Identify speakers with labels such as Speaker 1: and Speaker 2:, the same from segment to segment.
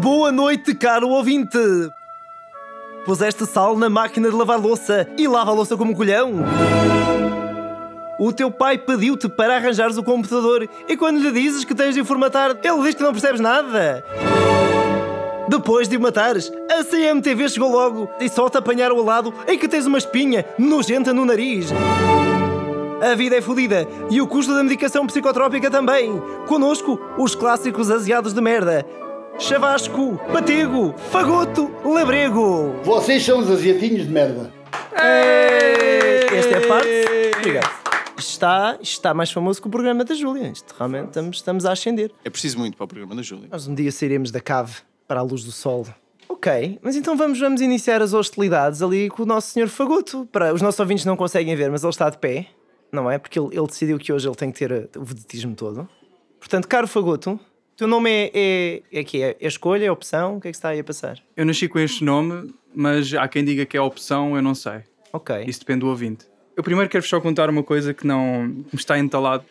Speaker 1: Boa noite, caro ouvinte! Puseste sal na máquina de lavar louça e lava a louça como um colhão? O teu pai pediu-te para arranjares o computador e quando lhe dizes que tens de o formatar, ele diz que não percebes nada. Depois de o matares, a CMTV chegou logo e só te apanharam ao lado em que tens uma espinha nojenta no nariz. A vida é fodida e o custo da medicação psicotrópica também. Conosco, os clássicos aziados de merda. Chavasco, Batego, Fagoto, Labrego.
Speaker 2: Vocês são os asiatinhos de merda.
Speaker 1: Esta é a parte. Obrigado. Está, está mais famoso que o programa da Júlia. Isto realmente estamos, estamos a ascender.
Speaker 3: É preciso muito para o programa da Júlia.
Speaker 1: Nós um dia sairemos da cave para a luz do sol. Ok, mas então vamos, vamos iniciar as hostilidades ali com o nosso senhor Fagoto. Para, os nossos ouvintes não conseguem ver, mas ele está de pé, não é? Porque ele, ele decidiu que hoje ele tem que ter uh, o vedetismo todo. Portanto, caro Fagoto, teu nome é, é, é, que é, é escolha, é opção? O que é que está aí a passar?
Speaker 4: Eu nasci com este nome, mas há quem diga que é opção, eu não sei.
Speaker 1: Ok.
Speaker 4: Isso depende do ouvinte. Eu primeiro quero-vos só contar uma coisa que não que me está entalado.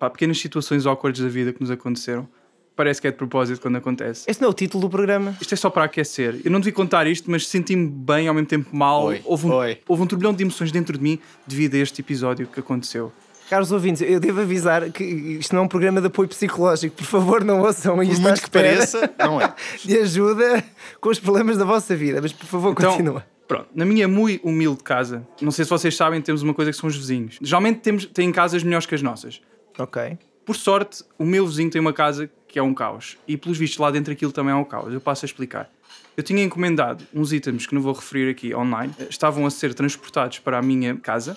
Speaker 4: Pá, pequenas situações awkwards da vida que nos aconteceram. Parece que é de propósito quando acontece.
Speaker 1: Este não é o título do programa.
Speaker 4: Isto é só para aquecer. Eu não devia contar isto, mas senti-me bem ao mesmo tempo mal.
Speaker 3: Oi,
Speaker 4: houve, um,
Speaker 3: oi.
Speaker 4: houve um turbilhão de emoções dentro de mim devido a este episódio que aconteceu.
Speaker 1: Caros ouvintes, eu devo avisar que isto não é um programa de apoio psicológico. Por favor, não ouçam
Speaker 3: Por
Speaker 1: isto à
Speaker 3: muito que
Speaker 1: espera
Speaker 3: pareça, não é.
Speaker 1: de ajuda com os problemas da vossa vida. Mas, por favor,
Speaker 3: Então,
Speaker 1: continua.
Speaker 4: Então, Pronto, na minha muito humilde casa, não sei se vocês sabem, temos uma coisa que são os vizinhos. Geralmente temos, têm casas melhores que as nossas.
Speaker 1: Ok.
Speaker 4: Por sorte, o meu vizinho tem uma casa que é um caos. E pelos vistos lá dentro aquilo também é um caos. Eu passo a explicar. Eu tinha encomendado uns itens que não vou referir aqui online. eh, Estavam a ser transportados para a minha casa.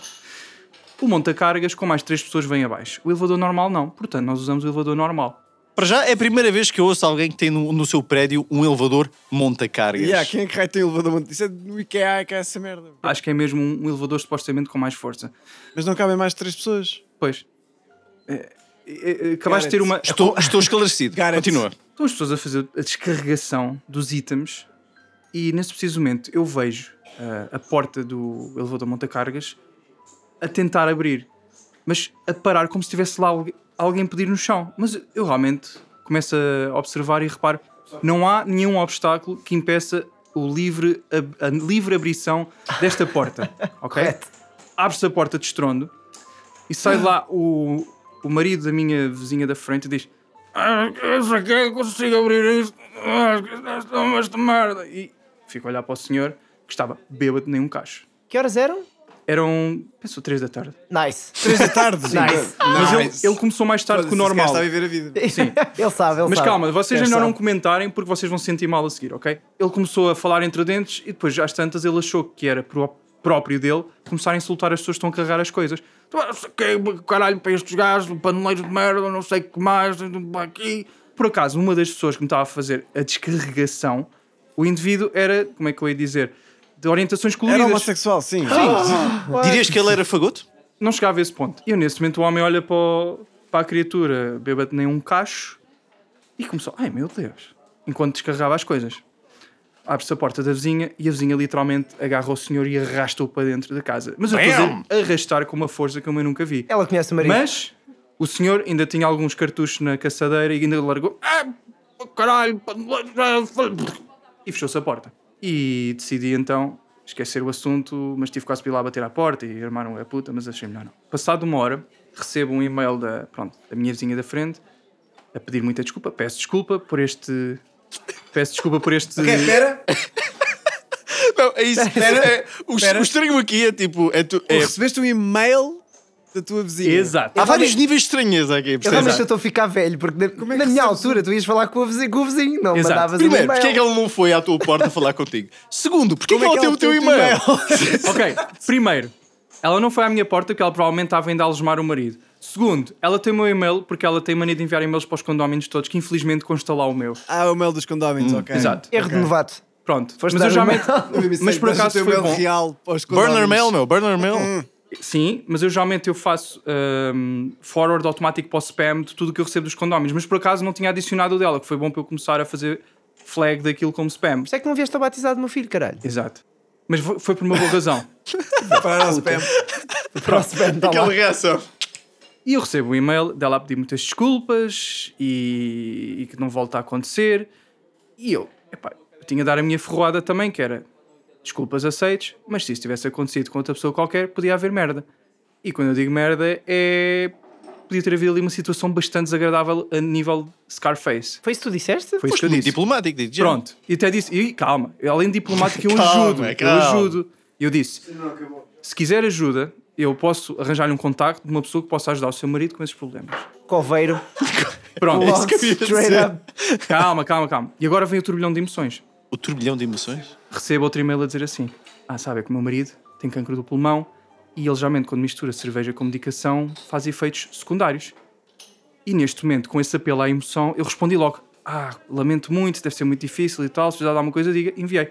Speaker 4: O monta-cargas com mais três pessoas vem abaixo. O elevador normal não. Portanto, nós usamos o elevador normal.
Speaker 3: Para já, é a primeira vez que eu ouço alguém que tem no, no seu prédio um elevador monta-cargas.
Speaker 5: Yeah, quem é que raio tem elevador monte? Isso é do IKEA, é que é essa merda.
Speaker 4: Acho que é mesmo um um elevador supostamente com mais força.
Speaker 5: Mas não cabem mais de 3 pessoas.
Speaker 4: Pois. eh, eh, eh, Acabaste de ter uma.
Speaker 3: Estou, estou esclarecido.
Speaker 5: Gareth.
Speaker 3: Continua.
Speaker 4: Estão as pessoas a fazer a descarregação dos itens e nesse preciso momento eu vejo ah, a porta do elevador montacargas a tentar abrir, mas a parar como se estivesse lá algu- alguém pedir no chão. Mas eu realmente começo a observar e reparo, não há nenhum obstáculo que impeça o livre, ab- a, livre abrição desta porta, ok?
Speaker 1: Correto.
Speaker 4: Abre-se a porta de estrondo e sai de lá o, o marido da minha vizinha da frente e diz: "Ah, Eu sei que eu consigo abrir isto, Ah, esta é uma esta merda. E fico a olhar para o senhor que estava bêbado nem um cacho.
Speaker 1: Que horas eram?
Speaker 4: Eram, penso, 3 da tarde.
Speaker 1: Nice.
Speaker 5: 3 da tarde? Sim.
Speaker 1: Nice.
Speaker 5: Ah,
Speaker 4: Mas ele-
Speaker 3: Nice.
Speaker 4: ele, começou mais tarde que o normal.
Speaker 5: Está a viver a vida.
Speaker 1: É
Speaker 4: Sim.
Speaker 1: Ele sabe, ele sabe.
Speaker 4: Mas calma, vocês é
Speaker 1: Ele
Speaker 4: melhor não
Speaker 1: sabe.
Speaker 4: comentarem porque vocês vão se sentir mal a seguir, ok? Ele começou a falar entre dentes e depois, às tantas, ele achou que era pró- próprio dele começar a insultar as pessoas que estão a carregar as coisas. Tu, ah, sei que Caralho, para estes gajos, paneleiros de merda, não sei o que mais, para aqui. Por acaso, uma das pessoas que me estava a fazer a descarregação, o indivíduo era, como é que eu ia dizer, de orientações
Speaker 5: Era
Speaker 4: coloridas.
Speaker 5: homossexual, sim.
Speaker 3: Dirias que ele era fagoto?
Speaker 4: Não chegava a esse ponto. E eu, nesse momento, o homem olha para, o- para a criatura, bêbado nem um cacho, e começou, ai meu Deus, enquanto descarregava as coisas. Abre-se a porta da vizinha e a vizinha literalmente agarra o senhor e arrasta-o para dentro da casa. Mas eu estou a
Speaker 3: Bam!
Speaker 4: dizer arrastar com uma força que eu nunca vi.
Speaker 1: Ela conhece o marido.
Speaker 4: Mas o senhor ainda tinha alguns cartuchos na caçadeira e ainda largou. "Ah, caralho! E fechou-se a porta. E decidi então esquecer o assunto, mas tive quase para ir lá bater à porta e armaram a puta, mas achei melhor não. Passado uma hora, recebo um e-mail da, pronto, da minha vizinha da frente a pedir muita desculpa. Peço desculpa por este. Peço desculpa por este.
Speaker 5: Ok, pera.
Speaker 3: Não, é isso. É, o, o estranho aqui é tipo. É tu, é-
Speaker 5: Recebeste um e-mail da tua vizinha.
Speaker 4: Exato.
Speaker 3: há vários níveis de estranheza aqui.
Speaker 1: Eu
Speaker 3: percebes?
Speaker 1: realmente estou a ficar velho, porque na,
Speaker 5: é que
Speaker 1: na minha
Speaker 5: recebes
Speaker 1: altura tu ias falar com o vizinho, com o vizinho não
Speaker 4: Exato.
Speaker 1: mandavas
Speaker 3: Primeiro,
Speaker 1: um e-mail.
Speaker 3: porque é que ele não foi à tua porta falar contigo? Segundo, porque
Speaker 5: Como
Speaker 3: é que ela tem o teu e-mail?
Speaker 4: Ok, primeiro, ela não foi à minha porta porque ela provavelmente estava ainda a algemar o marido. Segundo, ela tem o meu e-mail porque ela tem mania de enviar e-mails para os condóminos todos, que infelizmente consta lá o meu.
Speaker 5: Ah, o mail dos condóminos, ok.
Speaker 4: Exato.
Speaker 1: Erro de novato.
Speaker 4: Pronto.
Speaker 1: Foste
Speaker 4: mas eu
Speaker 1: dar o
Speaker 4: geralmente.
Speaker 5: Eu
Speaker 4: mas por
Speaker 5: dás o
Speaker 4: acaso
Speaker 5: teu
Speaker 4: foi
Speaker 5: mail
Speaker 4: bom.
Speaker 5: real aos condóminos.
Speaker 3: Burner mail, meu. Burner mail.
Speaker 4: Sim, mas eu geralmente eu faço hum, forward automático para o spam de tudo que eu recebo dos condóminos. Mas por acaso não tinha adicionado o dela, que foi bom para eu começar a fazer flag daquilo como spam.
Speaker 1: Isto é que não vieste a batizar do meu filho, caralho.
Speaker 4: Exato. Mas foi foi por uma boa razão.
Speaker 5: Para o spam.
Speaker 1: Próximo ano, tá lá.
Speaker 3: Aquela reação.
Speaker 4: E eu recebo um e-mail dela a pedir muitas desculpas e, e que não volta a acontecer. E eu, epá, eu tinha de dar a minha ferroada também, que era desculpas aceites, mas se isso tivesse acontecido com outra pessoa qualquer, podia haver merda. E quando eu digo merda, é. Podia ter havido ali uma situação bastante desagradável a nível Scarface.
Speaker 1: Foi isso que tu disseste?
Speaker 4: Foi isso que
Speaker 3: Foste
Speaker 4: eu
Speaker 3: muito
Speaker 4: disse.
Speaker 3: diplomático, digo já.
Speaker 4: Pronto. E até disse, e calma, além de diplomático, eu
Speaker 3: Calma,
Speaker 4: ajudo.
Speaker 3: calma.
Speaker 4: Eu ajudo. E Eu disse: se quiser ajuda, eu posso arranjar-lhe um contacto de uma pessoa que possa ajudar o seu marido com esses problemas.
Speaker 1: Coveiro.
Speaker 4: Pronto.
Speaker 3: É isso que eu ia
Speaker 1: Straight
Speaker 3: dizer.
Speaker 1: up.
Speaker 4: Calma, calma, calma. E agora vem o turbilhão de emoções.
Speaker 3: O turbilhão de emoções.
Speaker 4: Recebo outro e-mail a dizer assim: Ah, sabe, é que o meu marido tem cancro do pulmão e ele geralmente, quando mistura cerveja com medicação, faz efeitos secundários. E neste momento, com esse apelo à emoção, eu respondi logo: Ah, lamento muito, deve ser muito difícil e tal, se precisar de alguma coisa, diga. Enviei.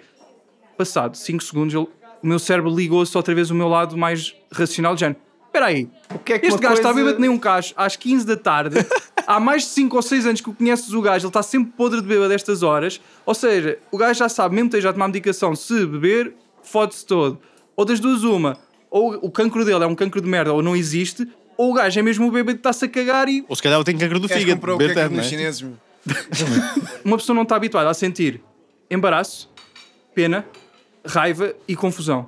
Speaker 4: Passado 5 segundos, ele- o meu cérebro ligou-se outra vez o meu lado mais racional, de género: Espera aí,
Speaker 1: O que é que
Speaker 4: este
Speaker 1: uma
Speaker 4: gajo está
Speaker 1: coisa-
Speaker 4: bêbado nem um cacho às 15 da tarde. Há mais de 5 ou 6 anos que o conheces o gajo, ele está sempre podre de bêbado estas horas. Ou seja, o gajo já sabe, mesmo que esteja a tomar medicação, se beber, fode-se todo. Ou das duas, uma, ou o cancro dele é um cancro de merda ou não existe, ou o gajo é mesmo o bêbado que está-se a cagar e
Speaker 3: Ou se calhar eu tenho cancro do
Speaker 5: Queres
Speaker 3: fígado.
Speaker 5: comprar o que é que
Speaker 3: verdade,
Speaker 5: nos
Speaker 3: não é?
Speaker 5: chineses, meu?
Speaker 4: uma pessoa não está habituada a sentir embaraço, pena, raiva e confusão.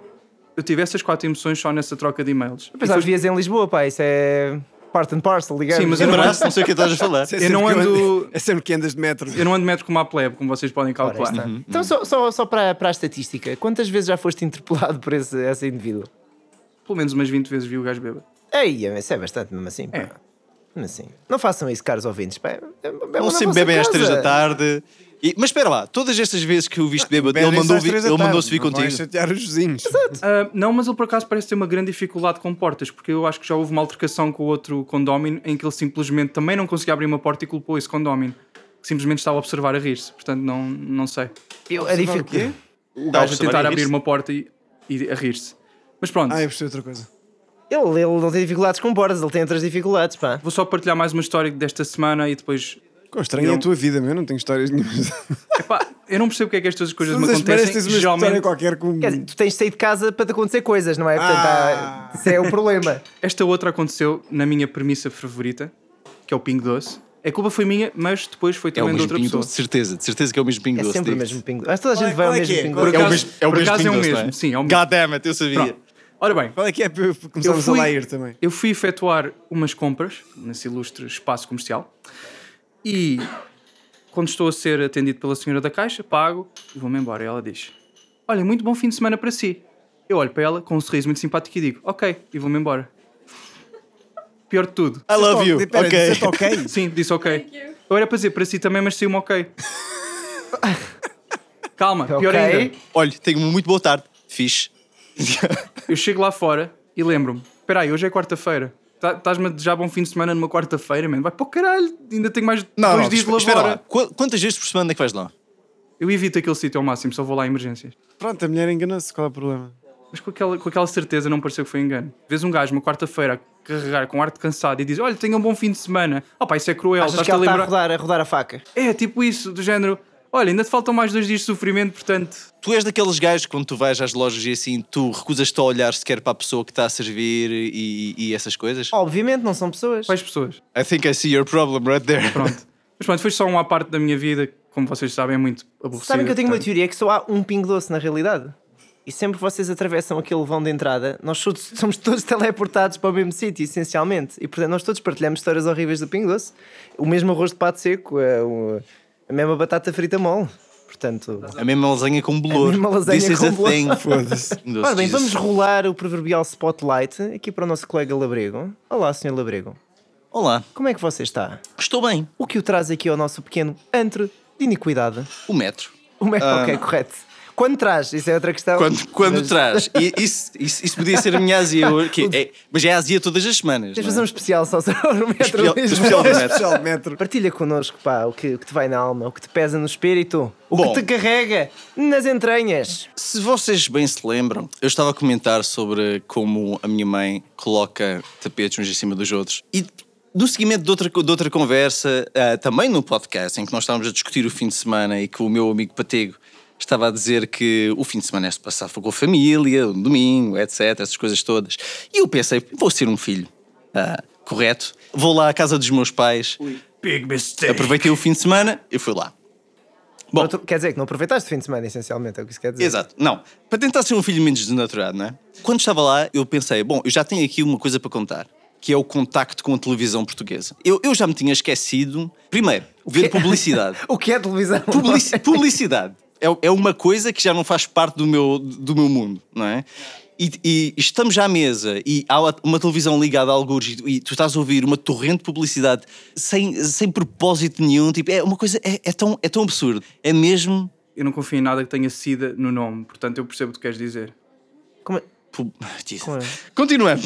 Speaker 4: Eu tive essas quatro emoções só nessa troca de e-mails.
Speaker 1: Apesar de vias em Lisboa, pá, isso é part and parcel, digamos.
Speaker 4: Sim, mas eu não
Speaker 3: Embaraço, não sei o que estás a falar.
Speaker 5: Isso é
Speaker 4: Eu
Speaker 5: sempre
Speaker 4: não
Speaker 5: que
Speaker 4: ando-
Speaker 5: É sempre que andas de metro.
Speaker 4: Eu não ando metro como a plebe, como vocês podem
Speaker 1: Ora, aí
Speaker 4: calcular.
Speaker 1: está. Então, só, só, só para, para a estatística, quantas vezes já foste interpelado por esse, essa indivíduo?
Speaker 4: Pelo menos umas 20 vezes vi o gajo bêbado.
Speaker 1: Ei, isso é bastante, mesmo assim, pá.
Speaker 4: É.
Speaker 1: Mesmo assim. Não façam isso, caros ouvintes, pá. Bebam na
Speaker 3: Não sempre
Speaker 1: vossa
Speaker 3: bebem às
Speaker 1: É casa.
Speaker 3: 3 da tarde. E- mas espera lá, todas estas vezes que o viste bêbado, ele
Speaker 5: Bebem-se
Speaker 3: mandou
Speaker 5: às
Speaker 3: vir-
Speaker 5: três da
Speaker 3: ele
Speaker 5: tarde,
Speaker 3: mandou-se vir
Speaker 5: não vais
Speaker 3: contigo.
Speaker 5: chatear os vizinhos.
Speaker 4: Ah, não, mas ele por acaso parece ter uma grande dificuldade com portas, porque eu acho que já houve uma altercação com o outro condómino em que ele simplesmente também não conseguia abrir uma porta e culpou esse condómino, que simplesmente estava a observar a rir-se. Portanto, não, não sei.
Speaker 1: Eu, é a dificuldade.
Speaker 4: O
Speaker 3: Estava a
Speaker 4: gajo a
Speaker 3: observar
Speaker 4: tentar
Speaker 3: a
Speaker 4: abrir
Speaker 3: rir-se.
Speaker 4: uma porta e, e a rir-se. Mas pronto,
Speaker 5: Ah, eu percebi outra coisa.
Speaker 1: Ele, ele não tem dificuldades com bordas, ele tem outras dificuldades, pá.
Speaker 4: vou só partilhar mais uma história desta semana e depois.
Speaker 5: Com estranho é a tua vida, meu. Não tenho histórias nenhumas.
Speaker 4: Epá, eu não percebo porque é que estas coisas me
Speaker 5: Todas as semanas
Speaker 4: acontecem.
Speaker 5: tens uma história
Speaker 4: Geralmente,
Speaker 5: qualquer com...
Speaker 1: Quer dizer, tu tens de sair de casa para te acontecer coisas, não é? Portanto, há-
Speaker 5: Ah.
Speaker 1: isso é o problema.
Speaker 4: esta outra aconteceu na minha premissa favorita, que é o Pingo Doce. A culpa foi minha, mas depois foi
Speaker 3: É o
Speaker 4: também de
Speaker 3: mesmo
Speaker 4: outra
Speaker 3: pingo
Speaker 4: pessoa.
Speaker 3: doce, de certeza, de certeza que é o mesmo pingo
Speaker 1: É
Speaker 3: doce.
Speaker 1: sempre o
Speaker 3: digo-te.
Speaker 1: mesmo pingo. Acho que toda a gente vai ao
Speaker 5: qual é que
Speaker 1: mesmo
Speaker 5: é?
Speaker 1: pingo.
Speaker 5: Qual
Speaker 4: é que
Speaker 3: É o
Speaker 4: Por
Speaker 3: mesmo, é o
Speaker 4: acaso-
Speaker 3: mesmo
Speaker 4: por acaso
Speaker 3: pingo
Speaker 4: é o
Speaker 3: doce,
Speaker 4: mesmo,
Speaker 3: não é?
Speaker 4: sim, é o mesmo.
Speaker 3: God damn it, eu sabia.
Speaker 4: Pronto. Ora bem,
Speaker 5: Qual é que é? para Começamos
Speaker 4: fui-
Speaker 5: a lá ir também.
Speaker 4: Eu fui efetuar umas compras nesse ilustre espaço comercial e quando estou a ser atendido pela senhora da caixa, pago e vou-me embora. E ela diz: Olha, muito bom fim de semana para si. Eu olho para ela com um sorriso muito simpático e digo: Ok, e vou-me embora. Pior de tudo.
Speaker 3: I love you.
Speaker 5: Espera, disseste
Speaker 3: Ok.
Speaker 5: ok.
Speaker 4: Sim, disse ok. Eu era para dizer para si também, mas saiu-me ok. Calma, pior
Speaker 1: Ok.
Speaker 4: ainda.
Speaker 3: Olha, tenho uma muito boa tarde. Fixe.
Speaker 4: Eu chego lá fora e lembro-me: Espera aí, hoje é quarta-feira. Tá- Estás-me a desejar bom fim de semana numa quarta-feira, mano. Vai para o caralho, ainda tenho mais
Speaker 3: Não,
Speaker 4: dois
Speaker 3: não,
Speaker 4: dias de
Speaker 3: espera lá.
Speaker 4: labora.
Speaker 3: Qu- Quantas vezes por semana é que vais lá?
Speaker 4: Eu evito aquele sítio ao máximo, só vou lá em emergências.
Speaker 5: Pronto, a mulher enganou-se. Qual é o problema?
Speaker 4: Mas com aquela, com aquela certeza não pareceu que foi engano. Vês um gajo uma quarta-feira a carregar com ar de cansado e diz: Olha, tenha um bom fim de semana. Oh pá, isso é cruel,
Speaker 1: Achas
Speaker 4: estás-te
Speaker 1: que
Speaker 4: a
Speaker 1: ele está a
Speaker 4: lembrar.
Speaker 1: rodar, a rodar a faca?
Speaker 4: é, tipo isso, do género: Olha, ainda te faltam mais dois dias de sofrimento, portanto.
Speaker 3: Tu és daqueles gajos que quando tu vais às lojas e assim, tu recusas-te a olhar sequer para a pessoa que está a servir e, e essas
Speaker 1: Oh.
Speaker 3: coisas?
Speaker 1: Obviamente, não são pessoas.
Speaker 4: Quais pessoas?
Speaker 3: I think I see your problem right there.
Speaker 4: Pronto. Mas pronto, foi só uma parte da minha vida, que, como vocês sabem, é muito aborrecida.
Speaker 1: Sabem que eu tenho uma
Speaker 4: portanto.
Speaker 1: teoria é que só há um pingo doce na realidade. E sempre que vocês atravessam aquele vão de entrada, nós todos- somos todos teleportados para o mesmo sítio, essencialmente. E portanto, nós todos partilhamos histórias horríveis do pingo doce. O mesmo arroz de pato seco, a, o- a mesma batata frita mole. Portanto,
Speaker 3: A mesma lasanha com bolor.
Speaker 1: A mesma lasanha
Speaker 3: This is
Speaker 1: com
Speaker 3: a
Speaker 1: bolor.
Speaker 3: thing. Foda-se.
Speaker 1: ora bem, vamos rolar o proverbial spotlight aqui para o nosso colega Labrego. Olá, Sr. Labrego.
Speaker 3: Olá,
Speaker 1: Como é que você está?
Speaker 3: estou bem.
Speaker 1: O que o traz aqui ao nosso pequeno antro de iniquidade?
Speaker 3: O metro.
Speaker 1: O metro,
Speaker 3: Ah.
Speaker 1: ok, correto. Quando traz? Isso é outra questão.
Speaker 3: Quando, quando
Speaker 1: Mas-
Speaker 3: traz. E Isso, isso, isso podia ser a minha azia. hoje, que é- mas é a azia todas as
Speaker 1: Tens
Speaker 3: semanas.
Speaker 1: de
Speaker 3: não é?
Speaker 1: fazer um especial só sobre o metro
Speaker 3: Especial-
Speaker 1: de Lisboa.
Speaker 3: especial do metro.
Speaker 5: Especial de metro.
Speaker 1: Partilha connosco, pá, o que, o que te vai na alma, o que te pesa no espírito, o
Speaker 3: Bom.
Speaker 1: que te carrega nas entranhas.
Speaker 3: Se vocês bem se lembram, eu estava a comentar sobre como a minha mãe coloca tapetes uns em cima dos outros. E no seguimento de outra, de outra conversa, ah, também no podcast, em que nós estávamos a discutir o fim de semana e que o meu amigo Patego estava a dizer que o fim de semana é se passar com a família, um domingo, etc., essas coisas todas. E eu pensei, vou ser um filho, ah, correto? Vou lá à casa dos meus pais. Aproveitei o fim de semana e fui lá. Bom.
Speaker 1: Outro- quer dizer que não aproveitaste o fim de semana, essencialmente, é o que isso quer dizer.
Speaker 3: Exato, não. Para tentar ser um filho menos desnaturado, não é? Quando estava lá, eu pensei, bom, eu já tenho aqui uma coisa para contar, que é o contacto com a televisão portuguesa. Eu, eu já me tinha esquecido, primeiro, ver publicidade.
Speaker 1: O que é televisão?
Speaker 3: Publici- publicidade é, é uma coisa que já não faz parte do meu, do meu mundo, não é? E, e estamos já à mesa e há uma- uma televisão ligada a algures e tu- e tu estás a ouvir uma torrente de publicidade sem, sem propósito nenhum. Tipo, é uma coisa, é, é tão, é tão absurdo. É mesmo.
Speaker 4: Eu não confio em nada que tenha SIDA no nome, portanto eu percebo o que tu queres dizer.
Speaker 1: Como é-
Speaker 3: pu- Jesus.
Speaker 1: Como é?
Speaker 3: Continuando.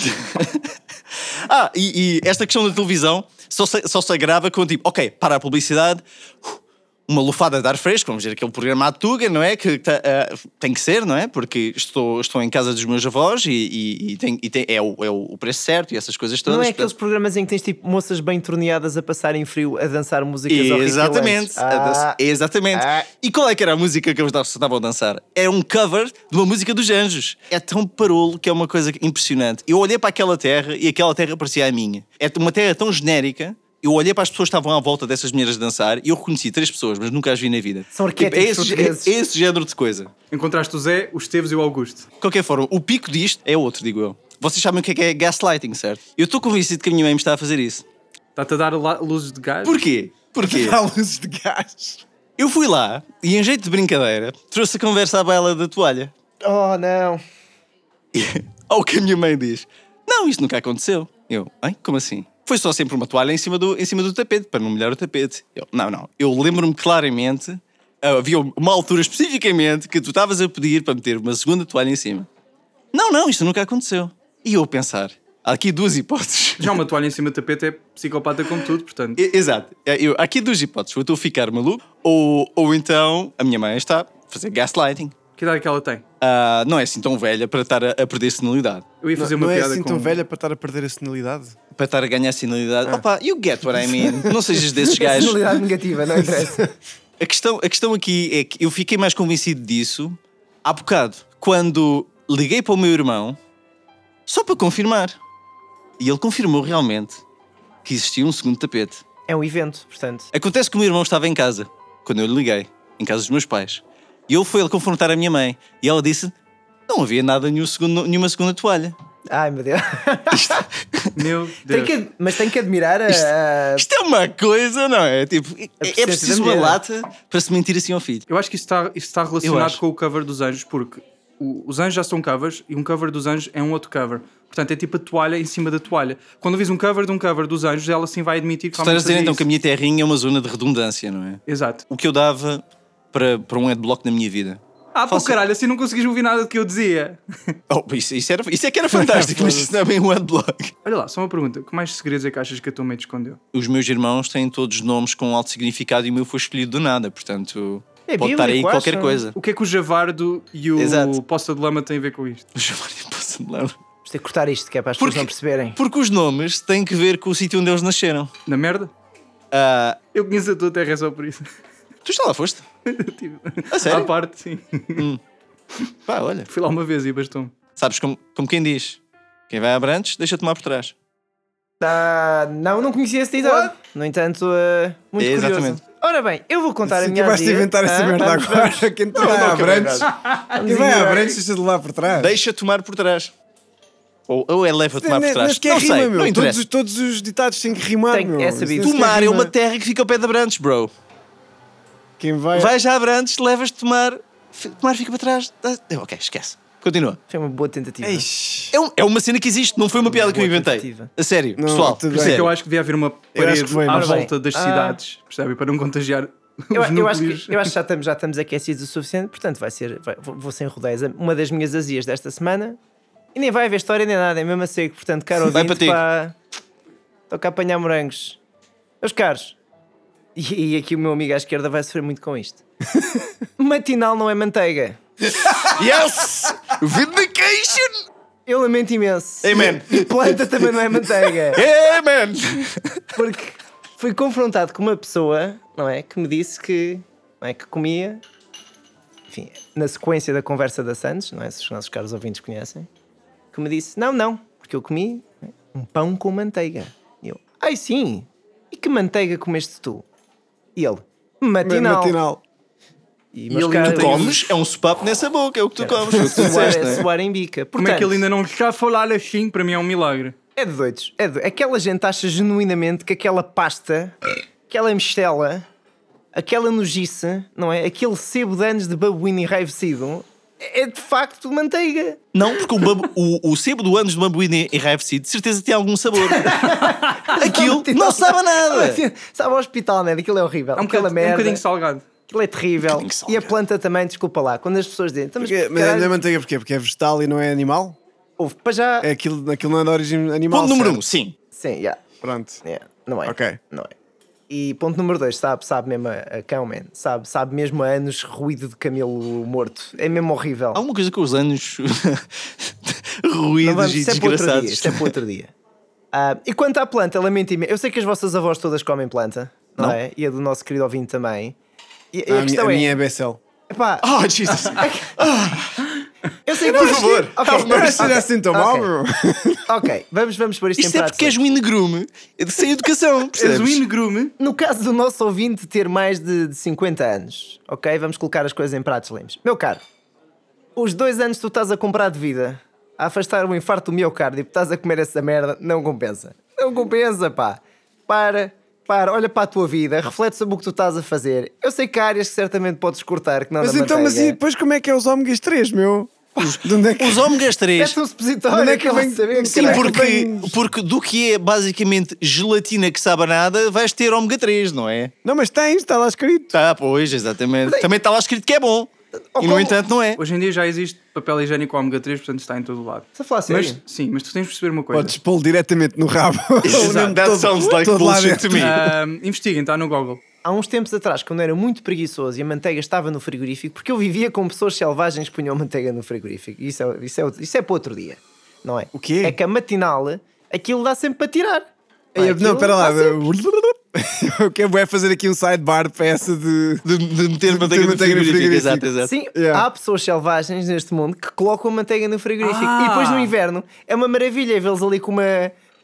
Speaker 3: ah, e, e esta questão da televisão só se, só se agrava com tipo, ok, para a publicidade, uh, uma lufada de ar fresco, vamos dizer, aquele programa à Tuga, não é? Que tá, ah, tem que ser, não é? Porque estou, estou em casa dos meus avós e, e- e tem- e tem- é, o, é o preço certo e essas coisas todas.
Speaker 1: Não é
Speaker 3: portanto-
Speaker 1: aqueles programas em que tens tipo moças bem torneadas a passarem frio a dançar músicas horríveis.
Speaker 3: Exatamente. a dança-
Speaker 1: Ah,
Speaker 3: Exatamente.
Speaker 1: Ah.
Speaker 3: E qual é que era a música que eles estavam- estavam a dançar? Era um cover de uma música dos anjos. É tão parolo que é uma coisa impressionante. Eu olhei para aquela terra e aquela terra parecia a minha. É uma terra tão genérica. Eu olhei para as pessoas que estavam à volta dessas mulheres a dançar e eu reconheci três pessoas, mas nunca as vi na vida.
Speaker 1: São
Speaker 3: Tipo, é
Speaker 1: arquétipos
Speaker 3: esse,
Speaker 1: portugueses.
Speaker 3: é esse género de coisa.
Speaker 4: Encontraste o Zé, o Esteves e o Augusto.
Speaker 3: De qualquer forma, o pico disto é outro, digo eu. Vocês sabem o que é, que é gaslighting, certo? Eu estou convencido que a minha mãe me está a fazer isso.
Speaker 4: Está-te a dar la- luzes de gás?
Speaker 3: Porquê? Porquê?
Speaker 5: Há luzes de gás.
Speaker 3: Eu fui lá e, em jeito de brincadeira, trouxe a conversa à baila da toalha.
Speaker 1: Oh, não.
Speaker 3: Ao que a minha mãe diz: Não, isto nunca aconteceu. Eu, hein? Como assim? Foi só sempre uma toalha em cima do, em cima do tapete, para não molhar o tapete. Eu, não, não. Eu lembro-me claramente, ah, havia uma altura especificamente que tu estavas a pedir para meter uma segunda toalha em cima. Não, não, isto nunca aconteceu. E eu a pensar: há aqui duas hipóteses.
Speaker 4: Já uma toalha em cima do tapete é psicopata como tudo, portanto.
Speaker 3: E- Exato. É, Eu, há aqui duas hipóteses: ou eu estou a ficar maluco, ou, ou então a minha mãe está a fazer gaslighting.
Speaker 4: Que idade é que ela tem?
Speaker 3: Ah, não é assim tão velha para estar a, a perder senilidade.
Speaker 4: Eu ia fazer
Speaker 5: não
Speaker 4: uma
Speaker 5: é
Speaker 4: piada
Speaker 5: assim
Speaker 4: com...
Speaker 5: tão velha para estar a perder a senilidade?
Speaker 3: Para estar a ganhar senilidade. Opa, you get what I mean. Não sejas desses gajos.
Speaker 1: Personalidade negativa, não interessa.
Speaker 3: A questão, a questão aqui é que eu fiquei mais convencido disso há bocado, quando liguei para o meu irmão só para confirmar. E ele confirmou realmente que existia um segundo tapete.
Speaker 1: É um evento, portanto.
Speaker 3: Acontece que o meu irmão estava em casa, quando eu lhe liguei, em casa dos meus pais. E ele foi ele confrontar a minha mãe. E ela disse: não havia nada, nenhum segundo, nenhuma segunda toalha.
Speaker 1: Ai meu Deus.
Speaker 4: Meu
Speaker 1: Tem
Speaker 4: Deus.
Speaker 1: que ad- mas tem que admirar a. a-
Speaker 3: Isto é uma coisa, não é? Tipo, é, é
Speaker 1: persistência
Speaker 3: preciso
Speaker 1: da
Speaker 3: uma
Speaker 1: mulher.
Speaker 3: lata para se mentir assim ao filho.
Speaker 4: Eu acho que isso está, isso está
Speaker 3: Eu
Speaker 4: relacionado
Speaker 3: acho.
Speaker 4: com o cover dos anjos, porque o- os anjos já são covers e um cover dos anjos é um outro cover. Portanto, é tipo a toalha em cima da toalha. Quando vis um cover de um cover dos anjos, ela sim vai admitir que
Speaker 3: Tu estás a
Speaker 4: realmente
Speaker 3: dizer
Speaker 4: fazia
Speaker 3: então que a
Speaker 4: isso.
Speaker 3: minha terrinha é uma zona de redundância, não é?
Speaker 4: Exato.
Speaker 3: O que eu dava para, para um adblock na minha vida.
Speaker 4: Ah, pô,
Speaker 3: Faça-
Speaker 4: caralho, assim não conseguis ouvir nada do que eu dizia.
Speaker 3: Oh, isso, isso, era, isso é que era fantástico, mas isso não é bem um adblock.
Speaker 4: Olha lá, só uma pergunta. Que mais segredos é que achas que a tua mãe te escondeu?
Speaker 3: Os meus irmãos têm todos nomes com alto significado e o meu foi escolhido do nada, portanto.
Speaker 1: É
Speaker 3: pode estar aí
Speaker 1: bíblico,
Speaker 3: qualquer
Speaker 1: acho.
Speaker 3: coisa.
Speaker 4: O que é que o Javardo e o
Speaker 3: Exato.
Speaker 4: Poça de Lama têm a ver com isto?
Speaker 3: O Giovanni Poço de Lama.
Speaker 1: Vamos ter que cortar isto, que é para as pessoas
Speaker 3: Porque-
Speaker 1: não perceberem.
Speaker 3: Porque os nomes têm que ver com o sítio onde eles nasceram.
Speaker 4: Na merda?
Speaker 3: Ah,
Speaker 4: Eu conheço a tua terra só por isso.
Speaker 3: tu já lá foste?
Speaker 4: tipo,
Speaker 3: A sério?
Speaker 4: À parte, sim.
Speaker 3: Pá, olha.
Speaker 4: Fui lá uma vez e bastou-me.
Speaker 3: Sabes como, como quem diz? Quem vai a Abrantes, deixa tomar por trás.
Speaker 1: Ah, não, não conhecia esse ditado. No entanto, ah, muito
Speaker 3: Exatamente.
Speaker 1: curioso. Ora bem, eu vou contar a
Speaker 5: Assim
Speaker 1: minha
Speaker 5: que vais-te
Speaker 1: aldeia.
Speaker 5: inventar essa
Speaker 1: Ah,
Speaker 5: merda
Speaker 1: vamos-
Speaker 5: agora. Quem te vai à Brantes,
Speaker 1: vamos
Speaker 5: quem vai à
Speaker 1: ignorar.
Speaker 5: Brantes deixa de lá por trás.
Speaker 3: Deixa tomar por trás. Ou, ou é leva tomar por
Speaker 5: Nem- nem
Speaker 3: trás.
Speaker 5: sequer
Speaker 3: Não
Speaker 5: rima,
Speaker 3: sei,
Speaker 5: meu.
Speaker 3: não
Speaker 5: todos,
Speaker 3: interessa.
Speaker 5: os- todos os ditados têm que rimar,
Speaker 1: Tem-
Speaker 5: meu.
Speaker 1: é
Speaker 5: Isso nem
Speaker 1: sabido.
Speaker 5: sequer
Speaker 3: Tomar é
Speaker 5: rima.
Speaker 3: uma terra que fica ao pé de Abrantes, bro.
Speaker 5: Quem vai...
Speaker 3: Vais já a Abrantes, levas tomar, fi- tomar fica para trás. dá- Ok, esquece. Continua.
Speaker 1: Foi uma boa tentativa.
Speaker 5: Eish.
Speaker 3: É, um- é uma cena que existe, não é foi uma piada que eu
Speaker 1: Boa
Speaker 3: inventei.
Speaker 1: tentativa.
Speaker 3: A sério,
Speaker 5: Não,
Speaker 3: pessoal.
Speaker 5: tudo
Speaker 3: a
Speaker 5: bem.
Speaker 3: sério.
Speaker 4: que eu acho que devia haver uma parede
Speaker 5: acho que foi,
Speaker 4: à
Speaker 5: mas-
Speaker 4: volta das
Speaker 1: Ah.
Speaker 4: cidades, percebe? Para não contagiar
Speaker 1: Eu,
Speaker 4: os
Speaker 1: eu acho
Speaker 4: núcleos.
Speaker 1: que, eu acho que já, estamos, já estamos aquecidos o suficiente, portanto vai ser, vai- vou vou sem rodeios. Uma das minhas azias desta semana e nem vai haver história nem nada, é mesmo a seco. Portanto, caro
Speaker 3: Vai
Speaker 1: ouvinte,
Speaker 3: para
Speaker 1: pá, toca a apanhar morangos. Meus caros, e, e aqui o meu amigo à esquerda vai sofrer muito com isto. Matinal não é manteiga.
Speaker 3: Yes! Vindication!
Speaker 1: Eu lamento imenso.
Speaker 3: Amen!
Speaker 1: E planta também não é manteiga.
Speaker 3: Amen!
Speaker 1: Porque fui confrontado com uma pessoa, não é? Que me disse que, não é, que comia, enfim, na sequência da conversa da Santos, não é? Se os nossos caros ouvintes conhecem, que me disse: não, não, porque eu comi não é, um pão com manteiga. E eu, ai sim, e que manteiga comeste tu? E ele, matinal.
Speaker 5: Matinal.
Speaker 1: E,
Speaker 4: ele ainda
Speaker 1: caras-
Speaker 3: Tu
Speaker 4: tem-
Speaker 3: comes, é um sopapo nessa boca, é o que tu comes, foi o que tu
Speaker 1: Suar,
Speaker 3: disseste, não é?
Speaker 1: suar em bica.
Speaker 4: Como é que
Speaker 1: Portanto,
Speaker 4: ele ainda não está a falar assim? Para mim é um milagre.
Speaker 1: É de doidos. É de... Aquela gente acha genuinamente que aquela pasta, aquela mistela, aquela nojice, não é? Aquele sebo de anos de babuíno enraivecido é é de facto manteiga.
Speaker 3: Não, porque o, bambu, o, o sebo do anos de bambuíno enraivecido de certeza tem algum sabor. Aquilo não sabe a nada.
Speaker 1: Assim, Sabe ao hospital, não é? Aquilo é horrível.
Speaker 4: É um,
Speaker 1: aquela
Speaker 4: bocadinho, é um
Speaker 1: merda.
Speaker 4: bocadinho salgado.
Speaker 1: Aquilo é terrível.
Speaker 3: bocadinho sal,
Speaker 1: e a
Speaker 3: já.
Speaker 1: planta também, desculpa lá. Quando as pessoas dizem, "Então, mas,
Speaker 5: Porque- Mas
Speaker 1: caralho,
Speaker 5: é manteiga porquê? Porque é vegetal e não é animal?
Speaker 1: ouve, para já.
Speaker 5: É aquilo, aquilo não é de origem animal.
Speaker 3: Ponto número um,
Speaker 5: certo?
Speaker 3: sim.
Speaker 1: Sim, já.
Speaker 5: Pronto.
Speaker 1: É, não é.
Speaker 5: Ok.
Speaker 1: Não é. E ponto número dois sabe, sabe mesmo a, a cão, man. Sabe, sabe mesmo a anos ruído de camelo morto. É mesmo horrível.
Speaker 3: Há um alguma coisa com os anos
Speaker 1: Não
Speaker 3: ruídos
Speaker 1: vamos,
Speaker 3: e
Speaker 1: isto é para outro dia.
Speaker 3: desgraçados.
Speaker 1: Isto é para outro dia. Ah, e quanto à planta, lamento imenso. Eu sei que as vossas avós todas comem planta, não,
Speaker 3: Não.
Speaker 1: é? E a do nosso querido ouvinte também. E, e a,
Speaker 5: Ah, a minha,
Speaker 1: questão
Speaker 5: a minha
Speaker 1: é.
Speaker 5: é BSL.
Speaker 1: Epá,
Speaker 3: Oh, Jesus.
Speaker 1: é eu sei que.
Speaker 3: Por favor,
Speaker 1: Ok,
Speaker 3: have
Speaker 5: Não
Speaker 3: mercy.
Speaker 5: é assim tão mal,
Speaker 1: Ok.
Speaker 5: bro.
Speaker 1: ok, vamos, vamos pôr isto, em
Speaker 3: Isto é
Speaker 1: prática.
Speaker 3: porque és um negrume sem
Speaker 1: um
Speaker 3: educação,
Speaker 4: És
Speaker 3: percebes?
Speaker 4: o ingrume.
Speaker 1: No caso do nosso ouvinte ter mais de, de 50 anos, ok? Vamos colocar as coisas em pratos limpos. Meu caro, os dois anos que tu estás a comprar de vida, a afastar o infarto do miocárdio e estás a comer essa merda, não compensa. Não compensa, pá. Para, para, olha para a tua vida, reflete sobre o que tu estás a fazer. Eu sei que há áreas que certamente podes cortar, que não
Speaker 5: Mas
Speaker 1: na
Speaker 5: então, mas e
Speaker 1: manteiga.
Speaker 5: depois como é que é os ômegas 3, meu? De onde é que...
Speaker 3: Os ômegas 3
Speaker 1: Mete um supositório,
Speaker 5: Onde
Speaker 1: é
Speaker 5: é
Speaker 1: que
Speaker 5: que
Speaker 1: eu vou
Speaker 5: vem-
Speaker 1: saber,
Speaker 5: Sim,
Speaker 3: Sim,
Speaker 1: caralho.
Speaker 5: Caraca,
Speaker 3: porque,
Speaker 5: bem-
Speaker 3: porque do que é basicamente gelatina que sabe a nada, vais ter ômega 3, não é?
Speaker 5: Não, mas tens, está lá escrito.
Speaker 3: Tá, pois, exatamente.
Speaker 1: Mas aí-
Speaker 3: Também está lá escrito que é bom.
Speaker 1: Ou
Speaker 3: e no
Speaker 1: como-
Speaker 3: entanto não é.
Speaker 4: Hoje em dia já existe papel higiênico ômega 3, portanto está em todo o lado.
Speaker 1: Estás a falar
Speaker 4: mas,
Speaker 1: sério?
Speaker 4: Sim, mas tu tens de perceber uma coisa.
Speaker 5: Podes pô-lo diretamente no rabo.
Speaker 3: That sounds like
Speaker 5: todo lá
Speaker 3: bullshit
Speaker 5: dentro.
Speaker 3: to me.
Speaker 4: Ah, investiguem, está no Google.
Speaker 1: Há uns tempos atrás, quando eu era muito preguiçoso e a manteiga estava no frigorífico, porque eu vivia com pessoas selvagens que punham manteiga no frigorífico. Isso é, isso é, isso é para outro dia, não é?
Speaker 5: O quê?
Speaker 1: É que a matinal, aquilo dá sempre para tirar.
Speaker 5: Ei,
Speaker 1: Aquilo
Speaker 5: não, pera lá.
Speaker 1: dá sempre.
Speaker 5: Ah, Eu quero é fazer aqui um sidebar para essa de.
Speaker 3: De, de meter manteiga no
Speaker 5: manteiga
Speaker 3: frigorífico.
Speaker 5: no frigorífico.
Speaker 3: Exato, exato.
Speaker 1: Sim,
Speaker 5: Yeah.
Speaker 1: há pessoas selvagens neste mundo que colocam manteiga no frigorífico.
Speaker 4: Ah!
Speaker 1: E depois no inverno é uma maravilha vê-los ali com uma.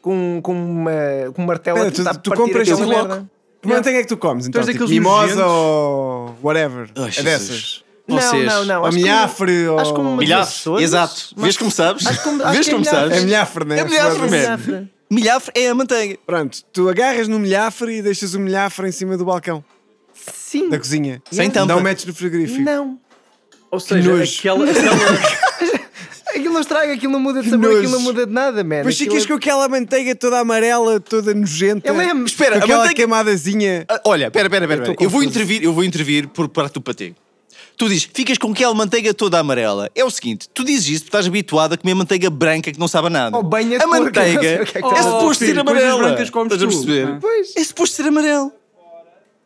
Speaker 1: Com, com, uma, com um martelo
Speaker 5: Pera,
Speaker 1: a tentar
Speaker 5: tu, tu
Speaker 1: partir
Speaker 5: compras
Speaker 1: aquela
Speaker 5: esse
Speaker 1: merda.
Speaker 5: bloco. Mas manteiga é que tu comes? Então,
Speaker 4: és
Speaker 5: tipo,
Speaker 4: daqueles
Speaker 5: mimosa
Speaker 4: nojentos.
Speaker 5: ou whatever.
Speaker 3: Ai,
Speaker 5: é
Speaker 3: Oh, Jesus.
Speaker 5: dessas.
Speaker 3: Vocês-
Speaker 1: Não, não, não.
Speaker 5: Ou
Speaker 1: acho que-
Speaker 5: milhafre, ou- É
Speaker 1: Acho que uma das
Speaker 3: Milhafre,
Speaker 1: pessoas-
Speaker 3: exato. Vês como sabes?
Speaker 1: acho que- acho
Speaker 3: Vês
Speaker 1: que é
Speaker 3: como
Speaker 1: milhafre.
Speaker 3: sabes?
Speaker 5: É milhafre, né?
Speaker 3: É milhafre,
Speaker 5: Foda-se.
Speaker 3: man.
Speaker 1: Milhafre.
Speaker 3: Milhafre é a manteiga.
Speaker 5: Pronto, tu agarras no milhafre e deixas o milhafre em cima do balcão
Speaker 1: Sim.
Speaker 5: da cozinha.
Speaker 3: Sem tampa.
Speaker 5: Não metes no frigorífico.
Speaker 1: Não.
Speaker 4: Ou seja,
Speaker 5: nojo.
Speaker 4: aquela,
Speaker 3: É
Speaker 4: aquela-
Speaker 1: Aquilo não estraga, aquilo não muda de
Speaker 5: Que
Speaker 1: sabor, aquilo
Speaker 5: nojo.
Speaker 1: não muda de nada, man.
Speaker 5: Mas
Speaker 1: Aquilo
Speaker 5: ficas
Speaker 1: é-
Speaker 5: com aquela manteiga toda amarela, toda nojenta.
Speaker 1: Ela é-
Speaker 5: Com
Speaker 3: Espera, a
Speaker 5: aquela
Speaker 3: manteiga-
Speaker 5: queimadazinha.
Speaker 3: Ah, Olha, pera, pera, pera.
Speaker 5: tô
Speaker 3: pera. Eu vou
Speaker 5: confuso.
Speaker 3: intervir, eu vou intervir por parte do patê. Tu dizes, ficas com aquela manteiga toda amarela. É o seguinte, tu dizes isso porque estás habituado a comer manteiga branca que não sabe a nada.
Speaker 5: Oh,
Speaker 1: Ou banha de
Speaker 3: a
Speaker 1: porco, não sei
Speaker 3: manteiga
Speaker 1: o que é que
Speaker 3: é
Speaker 1: estás a
Speaker 3: suposto
Speaker 4: dizer.
Speaker 3: ser
Speaker 4: Coisas
Speaker 3: amarela.
Speaker 4: brancas comes
Speaker 3: Estás a
Speaker 4: tu,
Speaker 3: perceber?
Speaker 4: não é?
Speaker 5: Ah.
Speaker 1: Pois.
Speaker 3: É suposto ser amarelo.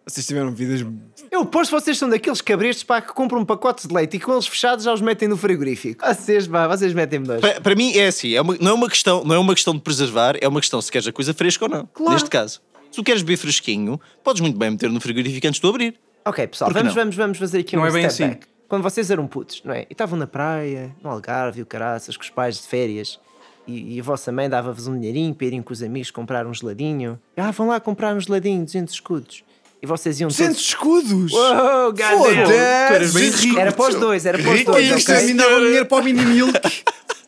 Speaker 5: Vocês tiveram vidas.
Speaker 1: Eu posto vocês são daqueles cabrestos pá, que compram pacotes de leite e com eles fechados já os metem no frigorífico. Vocês, pá, vocês metem-me dois.
Speaker 3: Para, para mim é assim, é uma- não, é uma questão, não é uma questão de preservar, é uma questão se queres a coisa fresca ou não.
Speaker 1: Claro.
Speaker 3: Neste caso. Se tu queres beber fresquinho, podes muito bem meter no frigorífico antes de o abrir.
Speaker 1: Ok, pessoal,
Speaker 3: Por que
Speaker 1: vamos,
Speaker 3: não?
Speaker 1: vamos, vamos fazer aqui
Speaker 4: Não
Speaker 1: um
Speaker 4: é bem
Speaker 1: step
Speaker 4: assim.
Speaker 1: back. Quando vocês eram putos, não é? E estavam na praia, no Algarve, o caraças, com os pais de férias, e, e a vossa mãe dava-vos um dinheirinho para irem com os amigos comprar um geladinho. Ah, vão lá comprar um geladinho, 200 escudos. E vocês iam todos...
Speaker 5: 200 escudos!
Speaker 1: Uou,
Speaker 5: Foda-se!
Speaker 1: goddamn! Era para os dois, era para os dois,
Speaker 5: Isto a
Speaker 1: ok?
Speaker 5: mim dava dinheiro para o mini milk.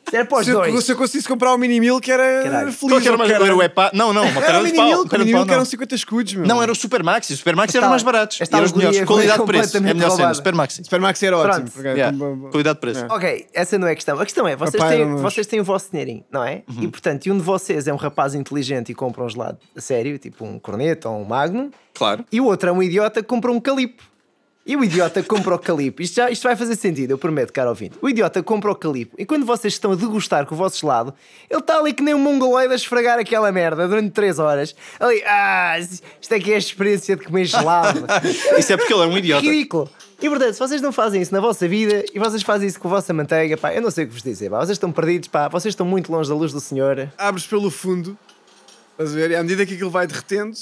Speaker 1: Era para os
Speaker 5: se, eu,
Speaker 1: dois.
Speaker 5: se eu conseguisse comprar o mini milk era
Speaker 1: Caralho.
Speaker 5: feliz.
Speaker 3: Qual é que era
Speaker 5: oh,
Speaker 3: mais
Speaker 5: caralho.
Speaker 3: era o epá? Não, não, uma
Speaker 5: Era um
Speaker 3: cara
Speaker 5: o
Speaker 3: de
Speaker 5: mini
Speaker 3: pau,
Speaker 5: milk, o
Speaker 3: cara de
Speaker 5: mini
Speaker 3: pau,
Speaker 5: milk eram
Speaker 3: não.
Speaker 5: 50 escudos, meu.
Speaker 3: Não, era o Supermax e o Supermax
Speaker 1: Esta-
Speaker 3: eram mais baratos.
Speaker 1: esta
Speaker 3: Eram os
Speaker 1: alegoria
Speaker 3: melhores.
Speaker 1: foi
Speaker 3: Qualidade de preço. É a
Speaker 1: completamente
Speaker 3: melhor cena.
Speaker 1: roubada.
Speaker 3: Supermax.
Speaker 5: Supermax era
Speaker 1: Pronto.
Speaker 5: ótimo. porque-
Speaker 3: Yeah.
Speaker 5: como-
Speaker 3: Qualidade de preço.
Speaker 1: Ok, essa não é a questão. A questão é, vocês,
Speaker 5: Papai,
Speaker 1: têm,
Speaker 5: vamos.
Speaker 1: vocês têm o vosso dinheirinho, não é? E portanto, e um de vocês é um rapaz inteligente e compra um gelado a sério, tipo um corneto ou um magno,
Speaker 3: Claro.
Speaker 1: e o outro é um idiota que compra um calipo. E o idiota que compra o calipo, isto, já, isto vai fazer sentido, eu prometo, caro ouvinte. O idiota que compra o calipo, e quando vocês estão a degustar com o vosso gelado, ele está ali que nem um mongoloide a esfregar aquela merda durante 3 horas. Ali, ah, isto aqui é a experiência de comer gelado.
Speaker 3: Isso é porque ele é um idiota.
Speaker 1: Ridículo. E portanto, se vocês não fazem isso na vossa vida e vocês fazem isso com a vossa manteiga, pá, eu não sei o que vos dizer, pá. Vocês estão perdidos, pá. Vocês estão muito longe da luz do Senhor.
Speaker 5: Abres pelo fundo, estás a ver? E à medida que aquilo vai derretendo,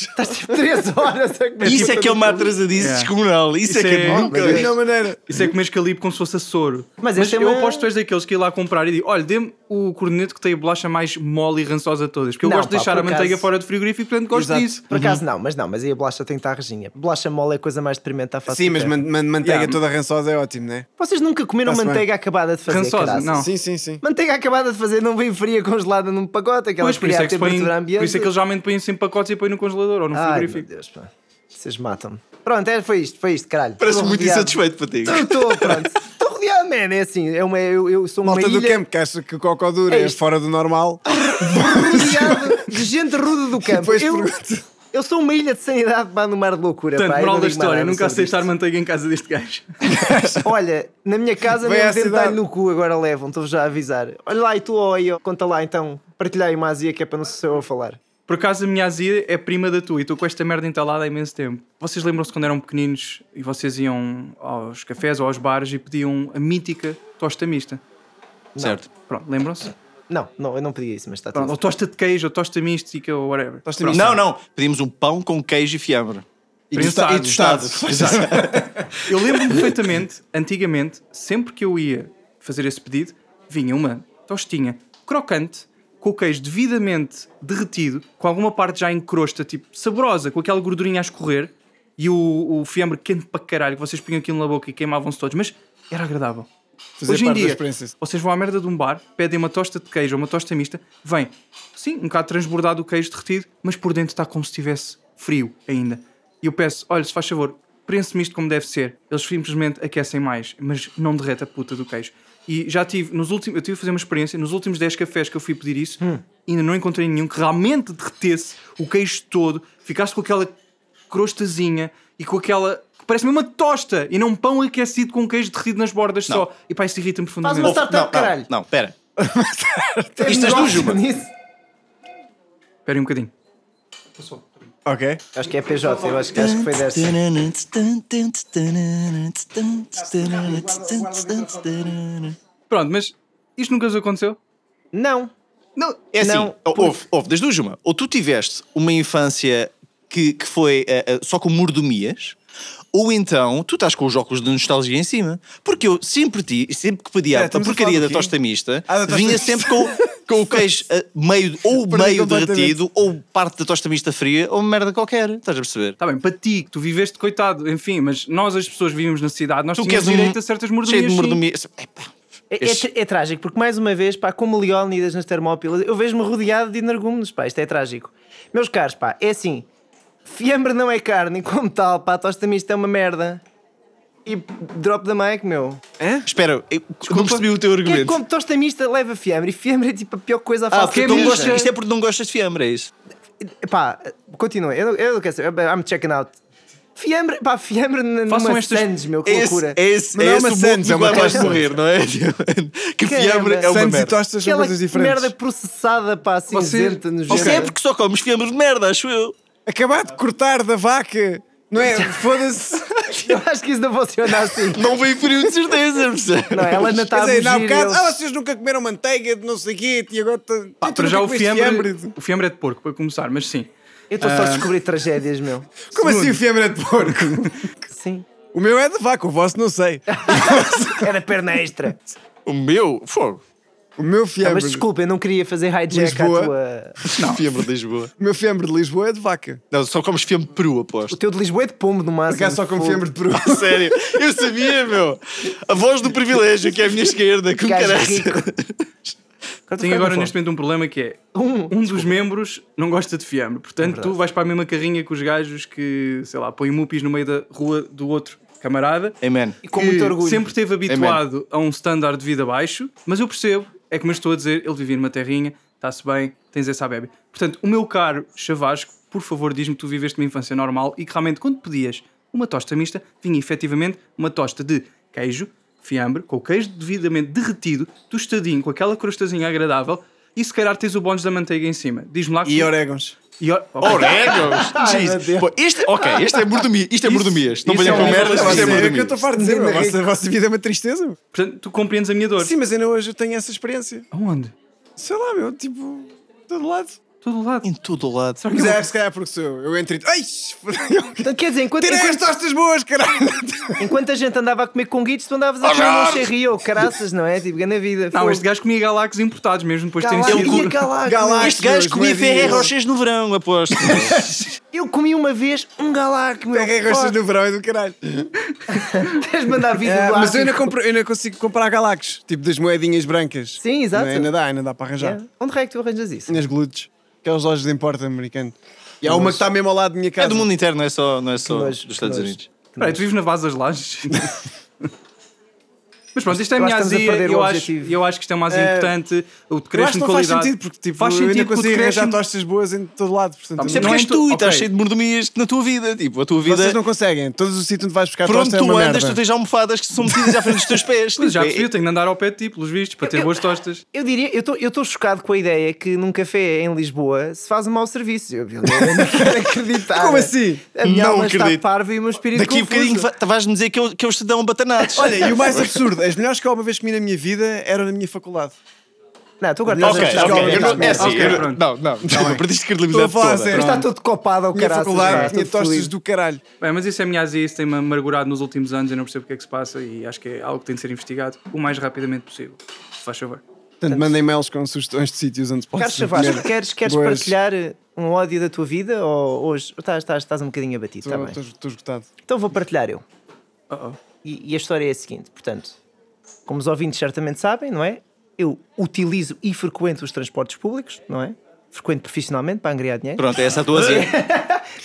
Speaker 1: Estás tipo 3 horas a comer.
Speaker 3: Isso é que é uma atrasadice
Speaker 4: Yeah.
Speaker 3: descomunal. Isso, é
Speaker 4: Isso
Speaker 3: que
Speaker 4: é-
Speaker 3: é nunca.
Speaker 5: Da melhor maneira.
Speaker 4: Isso é comer escalipo como se fosse a soro.
Speaker 1: Mas
Speaker 4: Mas,
Speaker 1: esta é
Speaker 4: eu
Speaker 1: uma-
Speaker 4: aposto que tu és daqueles que ia lá comprar e digo: olha, dê-me o corneto que tem a bolacha mais mole e rançosa de todas. Porque eu
Speaker 1: Não,
Speaker 4: gosto de
Speaker 1: pá,
Speaker 4: deixar
Speaker 1: por
Speaker 4: a manteiga
Speaker 1: acaso-
Speaker 4: fora do frigorífico, portanto gosto
Speaker 5: Exato.
Speaker 4: disso.
Speaker 1: Por acaso não, mas não, mas aí a bolacha tem que estar reginha. Bolacha mole é a coisa mais deprimente à face
Speaker 5: Sim,
Speaker 1: da
Speaker 5: mas
Speaker 1: terra.
Speaker 5: man- man- manteiga
Speaker 4: Yeah.
Speaker 5: toda rançosa é ótimo, né?
Speaker 1: Vocês nunca comeram
Speaker 5: Tá-se bem.
Speaker 1: manteiga acabada de fazer,
Speaker 4: Rançosa,
Speaker 1: caraças?
Speaker 4: não.
Speaker 5: Sim, sim, sim.
Speaker 1: Manteiga acabada de fazer não vem fria congelada num pacote, aquela
Speaker 4: Pois, por isso,
Speaker 1: fria à
Speaker 4: é que se põem,
Speaker 1: temperatura ambiente.
Speaker 4: por isso é que eles geralmente põem sempre pacotes e põem no congelador ou no
Speaker 1: Ai, Ah, meu
Speaker 4: frigorífico.
Speaker 1: Deus, pá. Vocês matam-me. Pronto, é, foi isto, foi isto, caralho.
Speaker 3: Parece
Speaker 1: Tô
Speaker 3: muito
Speaker 1: rodeado.
Speaker 3: insatisfeito, Patigo.
Speaker 1: Eu estou, pronto. Estou rodeado, man. É assim, é uma, eu, eu sou uma
Speaker 5: Malta do
Speaker 1: ilha
Speaker 5: campo, que acha que o cocó duro
Speaker 1: É
Speaker 5: é,
Speaker 1: isto.
Speaker 5: fora do normal.
Speaker 1: rodeado de gente rude do campo.
Speaker 5: depois
Speaker 1: Eu,
Speaker 5: pergunta.
Speaker 1: eu sou uma ilha de sanidade pá, no mar de loucura.
Speaker 4: Portanto,
Speaker 1: pá, é eu
Speaker 4: moral
Speaker 1: não
Speaker 4: da
Speaker 1: digo mais
Speaker 4: história,
Speaker 1: nada
Speaker 4: nunca
Speaker 1: sobre
Speaker 4: aceitar manteiga em casa deste gajo.
Speaker 1: isto. Olha, na minha casa
Speaker 5: Vai
Speaker 1: nem
Speaker 5: à
Speaker 1: um dentalho
Speaker 5: cidade.
Speaker 1: no cu agora levam, estou-vos já a avisar. Olha lá e tu, olha, conta lá então, partilhar aí uma azia que é para não ser eu a falar.
Speaker 4: Por acaso a minha azia é prima da tua e estou com esta merda entalada há imenso tempo. Vocês lembram-se quando eram pequeninos e vocês iam aos cafés ou aos bares e pediam a mítica tosta mista?
Speaker 3: Certo.
Speaker 4: Pronto, lembram-se?
Speaker 1: Não, não, eu não pedia isso, mas está
Speaker 4: Pronto, ou
Speaker 1: tudo.
Speaker 4: tosta de queijo, ou tosta mística, ou whatever.
Speaker 5: Tosta
Speaker 3: Pronto.
Speaker 5: mista.
Speaker 3: Não, não. Pedimos um pão com queijo e fiambre.
Speaker 5: E tosta- e tostado.
Speaker 4: Eu lembro-me perfeitamente, antigamente, sempre que eu ia fazer esse pedido, vinha uma tostinha crocante, com o queijo devidamente derretido, com alguma parte já em crosta, tipo saborosa, com aquela gordurinha a escorrer, e o, o fiambre quente para caralho, que vocês punham aquilo na boca e queimavam-se todos, mas era agradável.
Speaker 5: Fazer
Speaker 4: Hoje em
Speaker 5: parte da
Speaker 4: dia,
Speaker 5: experiência.
Speaker 4: vocês vão à merda de um bar, pedem uma tosta de queijo ou uma tosta mista, vem, sim, um bocado transbordado o queijo derretido, mas por dentro está como se estivesse frio ainda. E eu peço, olha, se faz favor, prense-me isto como deve ser. Eles simplesmente aquecem mais, mas não derreta a puta do queijo. E já tive, nos últimos, eu tive a fazer uma experiência, nos últimos 10 cafés que eu fui pedir isso,
Speaker 1: Hum.
Speaker 4: ainda não encontrei nenhum que realmente derretesse o queijo todo, ficasse com aquela crostazinha e com aquela. que Parece-me uma tosta e não um pão aquecido com queijo derretido nas bordas só. E pá, isso irrita-me
Speaker 1: Faz
Speaker 4: profundamente.
Speaker 1: uma startup,
Speaker 3: Não,
Speaker 1: caralho.
Speaker 3: não, pera.
Speaker 4: então,
Speaker 1: Tens
Speaker 3: Isto és tu,
Speaker 1: negócio
Speaker 3: Juba?
Speaker 1: nisso?
Speaker 4: Espera aí um bocadinho.
Speaker 5: Ok.
Speaker 1: Acho que é PJ, eu acho que, acho que foi desta.
Speaker 4: Pronto, mas isto nunca vos aconteceu?
Speaker 1: Não.
Speaker 3: Não, é assim,
Speaker 1: Não,
Speaker 3: ou- houve, houve das duas uma. Ou tu tiveste uma infância que, que foi eh, eh, só com mordomias, ou então tu estás com os óculos de nostalgia em cima. Porque eu sempre, ti, sempre que pedia
Speaker 5: Espera,
Speaker 3: a
Speaker 5: estamos a
Speaker 3: porcaria
Speaker 5: falar do
Speaker 3: da
Speaker 5: quê?
Speaker 3: tosta mista,
Speaker 5: Ah, da tosta
Speaker 3: vinha
Speaker 5: mista.
Speaker 3: sempre com, com o queijo eh, meio, ou
Speaker 5: Perdi
Speaker 3: meio
Speaker 5: completamente.
Speaker 3: derretido, ou parte da tosta mista fria, ou merda qualquer. Estás a perceber?
Speaker 4: Está Tá bem, para ti, que tu viveste, coitado, enfim, mas nós, as pessoas que vivemos na cidade, nós
Speaker 3: Tu
Speaker 4: tínhamos
Speaker 3: queres um-
Speaker 4: direito a certas mordomias.
Speaker 3: Cheio de
Speaker 4: sim.
Speaker 3: mordomias. Epá,
Speaker 1: É, é
Speaker 3: Este-
Speaker 1: tr- é trágico, porque mais uma vez, pá, como Leónidas nas Termópilas, eu vejo-me rodeado de energúmenos, pá, isto é trágico. Meus caros, pá, é assim, fiambre não é carne, e como tal, pá, a tosta mista é uma merda. E p- drop da mic, meu.
Speaker 3: Espera, eu não percebi o teu
Speaker 1: Quem é que
Speaker 3: argumento.
Speaker 1: come tosta mista leva fiambre, e fiambre é tipo a pior coisa a
Speaker 3: ah,
Speaker 1: fazer.
Speaker 3: porque
Speaker 4: quem
Speaker 3: tu não
Speaker 4: mija?
Speaker 3: gostas, isto é porque não gostas de fiambre, é isso?
Speaker 1: Pá, continua, eu, não- eu não quero saber, I'm checking out. Fiambre, pá, fiambre na-
Speaker 4: Façam
Speaker 1: numa
Speaker 4: estas-
Speaker 1: sandes, meu, que
Speaker 3: É esse,
Speaker 1: loucura.
Speaker 3: é esse,
Speaker 5: Mas
Speaker 3: é
Speaker 5: não é
Speaker 3: esse
Speaker 5: uma
Speaker 3: o
Speaker 5: Sands,
Speaker 3: mundo
Speaker 5: é
Speaker 3: que
Speaker 5: uma
Speaker 3: vai mais
Speaker 5: Costa.
Speaker 3: morrer, não é? que
Speaker 1: Caramba.
Speaker 3: fiambre é uma
Speaker 5: Santos e
Speaker 3: merda.
Speaker 5: tostas são
Speaker 1: Aquela
Speaker 5: coisas diferentes.
Speaker 1: merda processada, pá, cinzenta no
Speaker 3: Isso é
Speaker 1: género.
Speaker 3: porque só comes fiambre de merda, acho eu.
Speaker 5: Acabar de cortar da vaca, não é? Foda-se.
Speaker 1: Eu acho que isso não funciona assim.
Speaker 3: Não veio frio de certeza, percebes?
Speaker 1: Não, é? ela ainda está
Speaker 5: Quer
Speaker 1: a
Speaker 5: dizer,
Speaker 1: fugir.
Speaker 5: não, há bocado,
Speaker 1: eles-
Speaker 5: ah, vocês nunca comeram manteiga de não sei o quê, e agora... tá-
Speaker 4: Pá,
Speaker 5: tu
Speaker 4: para
Speaker 5: nunca
Speaker 4: já o
Speaker 5: comeste
Speaker 4: fiambre,
Speaker 5: fiambre.
Speaker 4: o fiambre é de porco, para começar, mas sim.
Speaker 1: Eu estou só
Speaker 5: Ah.
Speaker 1: a descobrir tragédias, meu.
Speaker 5: Como assim o fiambre é de porco?
Speaker 1: Sim.
Speaker 5: O meu é de vaca, o vosso não sei.
Speaker 1: Era perna extra. Ah,
Speaker 3: O meu? Fogo.
Speaker 5: O meu fiambre,
Speaker 1: Mas desculpa, eu não queria fazer hijack à
Speaker 5: É, Lisboa.
Speaker 1: tua.
Speaker 3: Fiambre de Lisboa.
Speaker 5: o meu fiambre de Lisboa é de vaca.
Speaker 3: Não, só comes fiambre de peru,
Speaker 1: O
Speaker 3: aposto.
Speaker 1: teu de Lisboa é de pombo, no máximo.
Speaker 5: Por acaso só com
Speaker 1: Fogo.
Speaker 5: fiambre de peru.
Speaker 3: Sério, eu sabia, meu. A voz do privilégio, que é a minha esquerda, que
Speaker 1: Um Gajo
Speaker 3: caralho.
Speaker 1: Agora tu
Speaker 4: Tenho
Speaker 1: fica
Speaker 4: agora
Speaker 1: com
Speaker 4: neste momento um problema que é
Speaker 1: Um,
Speaker 4: um dos membros não gosta de fiambre,
Speaker 3: É
Speaker 4: portanto tu vais para a mesma carrinha que os gajos que, sei lá, põem mupis no meio da rua do outro camarada.
Speaker 3: Amen.
Speaker 1: E com muito
Speaker 4: que
Speaker 1: orgulho.
Speaker 4: Sempre esteve habituado a um standard de vida baixo, mas eu percebo, é como eu estou a dizer, ele vivia numa terrinha, está-se bem, tens essa bebê. Portanto, o meu caro Chavasco, por favor, diz-me que tu viveste uma infância normal e que realmente quando pedias uma tosta mista, vinha efetivamente uma tosta de queijo, fiambre, com o queijo devidamente derretido, tostadinho, com aquela crostazinha agradável e se calhar tens o bónus da manteiga em cima. Diz-me lá que
Speaker 5: E
Speaker 4: tu-
Speaker 5: orégãos.
Speaker 4: e or- Ok.
Speaker 3: Orégãos! Jesus. Pô, este, ok, este é mordomia. Isto é mordomias. Não
Speaker 4: isso
Speaker 3: venham
Speaker 4: é
Speaker 3: com
Speaker 4: um-
Speaker 3: merdas, isto
Speaker 5: Mas
Speaker 3: é
Speaker 5: é o que eu
Speaker 3: mordomias.
Speaker 5: estou farto de dizer,
Speaker 1: Ainda
Speaker 5: a vossa, a vossa vida é uma tristeza. meu.
Speaker 4: Portanto, tu compreendes a minha dor.
Speaker 5: Sim, mas ainda hoje eu tenho essa experiência.
Speaker 4: Aonde?
Speaker 5: Sei lá, meu, tipo, de todo lado.
Speaker 4: todo lado.
Speaker 3: Em todo o lado.
Speaker 4: Será que
Speaker 5: Mas
Speaker 4: eu-
Speaker 5: é, se calhar porque sou eu. Eu entro e... Ai!
Speaker 1: Portanto, Então, quer dizer, enquanto,
Speaker 5: Tirei as
Speaker 1: enquanto,
Speaker 5: tostas boas, caralho!
Speaker 1: enquanto a gente andava a comer conguitos, tu andavas a comer um xerri ou caraças, não é? Tipo, ganha vida.
Speaker 4: Não,
Speaker 1: Fogo.
Speaker 4: este gajo comia galácticos importados mesmo depois de terem
Speaker 1: Galácticos. Eu-
Speaker 4: sido.
Speaker 1: e a galáctica?
Speaker 5: Galácticos,
Speaker 3: Este gajo comia
Speaker 5: não é
Speaker 3: Ferreira
Speaker 5: dinheiro.
Speaker 3: Rochers no verão, aposto.
Speaker 1: Eu comi uma vez um galáctico, meu.
Speaker 5: Ferreira Rochas
Speaker 1: Fuck,
Speaker 5: no verão é do caralho.
Speaker 1: Tens de mandar vir do
Speaker 5: Ah, mas eu
Speaker 1: galáctico.
Speaker 5: ainda, compro, eu ainda consigo comprar galácticos. Tipo das moedinhas brancas.
Speaker 1: Sim, exato.
Speaker 5: Não é? Ainda dá, ainda dá para arranjar.
Speaker 1: Yeah. Onde é que tu arranjas isso?
Speaker 5: Nas glutes. Aquelas lojas de importa americano. E há uma que está mesmo ao lado da minha casa.
Speaker 3: É do mundo inteiro, não é só, não é só dos
Speaker 1: nojo,
Speaker 3: Estados
Speaker 1: que nojo.
Speaker 3: Unidos.
Speaker 4: Peraí, tu vives na base das lajes? Mas pronto, isto é a
Speaker 1: Eu acho
Speaker 4: minha
Speaker 1: que estamos a
Speaker 4: azia.
Speaker 1: perder o
Speaker 4: Eu acho,
Speaker 1: objetivo.
Speaker 4: eu acho que isto é uma azia
Speaker 5: É.
Speaker 4: importante. O
Speaker 5: Eu acho que
Speaker 4: decréscimo de
Speaker 5: não faz
Speaker 4: qualidade.
Speaker 5: sentido, porque tipo,
Speaker 4: Faz
Speaker 5: eu ainda
Speaker 4: sentido que o
Speaker 5: consigo arranjar
Speaker 4: decréscimo-
Speaker 5: tostas boas em todo lado. Portanto,
Speaker 4: mas
Speaker 5: eu
Speaker 3: Isso é porque
Speaker 4: Não
Speaker 3: és
Speaker 4: é
Speaker 3: tu
Speaker 4: tu-
Speaker 3: e estás
Speaker 4: ok.
Speaker 3: cheio de mordomias na tua vida. Tipo, a tua vida.
Speaker 5: Vocês não conseguem. Todos os sítios onde vais buscar
Speaker 3: Por onde
Speaker 5: tosta é uma
Speaker 3: tu andas,
Speaker 5: merda.
Speaker 3: tu tens almofadas que são metidas à frente dos teus pés.
Speaker 4: Pois, já
Speaker 3: Tipo, é-
Speaker 4: percebi, eu tenho de andar ao pé de ti, pelos vistos, para ter boas tostas.
Speaker 1: Eu diria, eu tô- eu estou chocado com a ideia que num café em Lisboa se faz um mau serviço. Eu, eu não, eu não quero acreditar.
Speaker 5: Como assim?
Speaker 1: A minha
Speaker 3: Não
Speaker 1: alma
Speaker 3: acredito.
Speaker 1: está parva e o meu espírito
Speaker 3: Daqui a
Speaker 1: confuso.
Speaker 3: bocadinho va- vais-me dizer que eu, que eu te dão batanados.
Speaker 5: Olha, e o mais absurdo, as melhores que eu alguma vez comi na minha vida eram na minha faculdade.
Speaker 1: Não, tu agora
Speaker 3: Ok,
Speaker 1: estás a
Speaker 3: ok. eu
Speaker 1: estar
Speaker 3: não- É assim.
Speaker 4: Ok,
Speaker 3: eu-
Speaker 4: pronto.
Speaker 3: Não, não. Desculpa, perdiste
Speaker 5: Tá Estou a
Speaker 3: credibilidade
Speaker 5: falar a
Speaker 3: toda.
Speaker 5: sério.
Speaker 1: Está todo copado ao
Speaker 5: Minha
Speaker 1: caraças.
Speaker 5: faculdade tinha
Speaker 1: já, todo
Speaker 5: tostas
Speaker 1: fodido.
Speaker 5: do caralho.
Speaker 4: Bem, mas isso é a minha azia, isso tem-me amargurado nos últimos anos, eu não percebo o que é que se passa e acho que é algo que tem de ser investigado o mais rapidamente possível. Se faz favor.
Speaker 5: Portanto, Tá mandem mails com sugestões de sítios onde se pode
Speaker 1: Carlos Chavasco,
Speaker 5: comer
Speaker 1: queres, queres
Speaker 5: boas-
Speaker 1: partilhar um ódio da tua vida ou hoje estás, estás, estás um bocadinho abatido? Tá
Speaker 5: Estou
Speaker 1: bem.
Speaker 5: estou- estou esgotado.
Speaker 1: Então vou partilhar eu.
Speaker 4: Oh, oh.
Speaker 1: E, e a história é a seguinte, portanto, como os ouvintes certamente sabem, não é? Eu utilizo e frequento os transportes públicos, não é? Frequento profissionalmente para angriar dinheiro.
Speaker 3: Pronto, é essa a tua azia.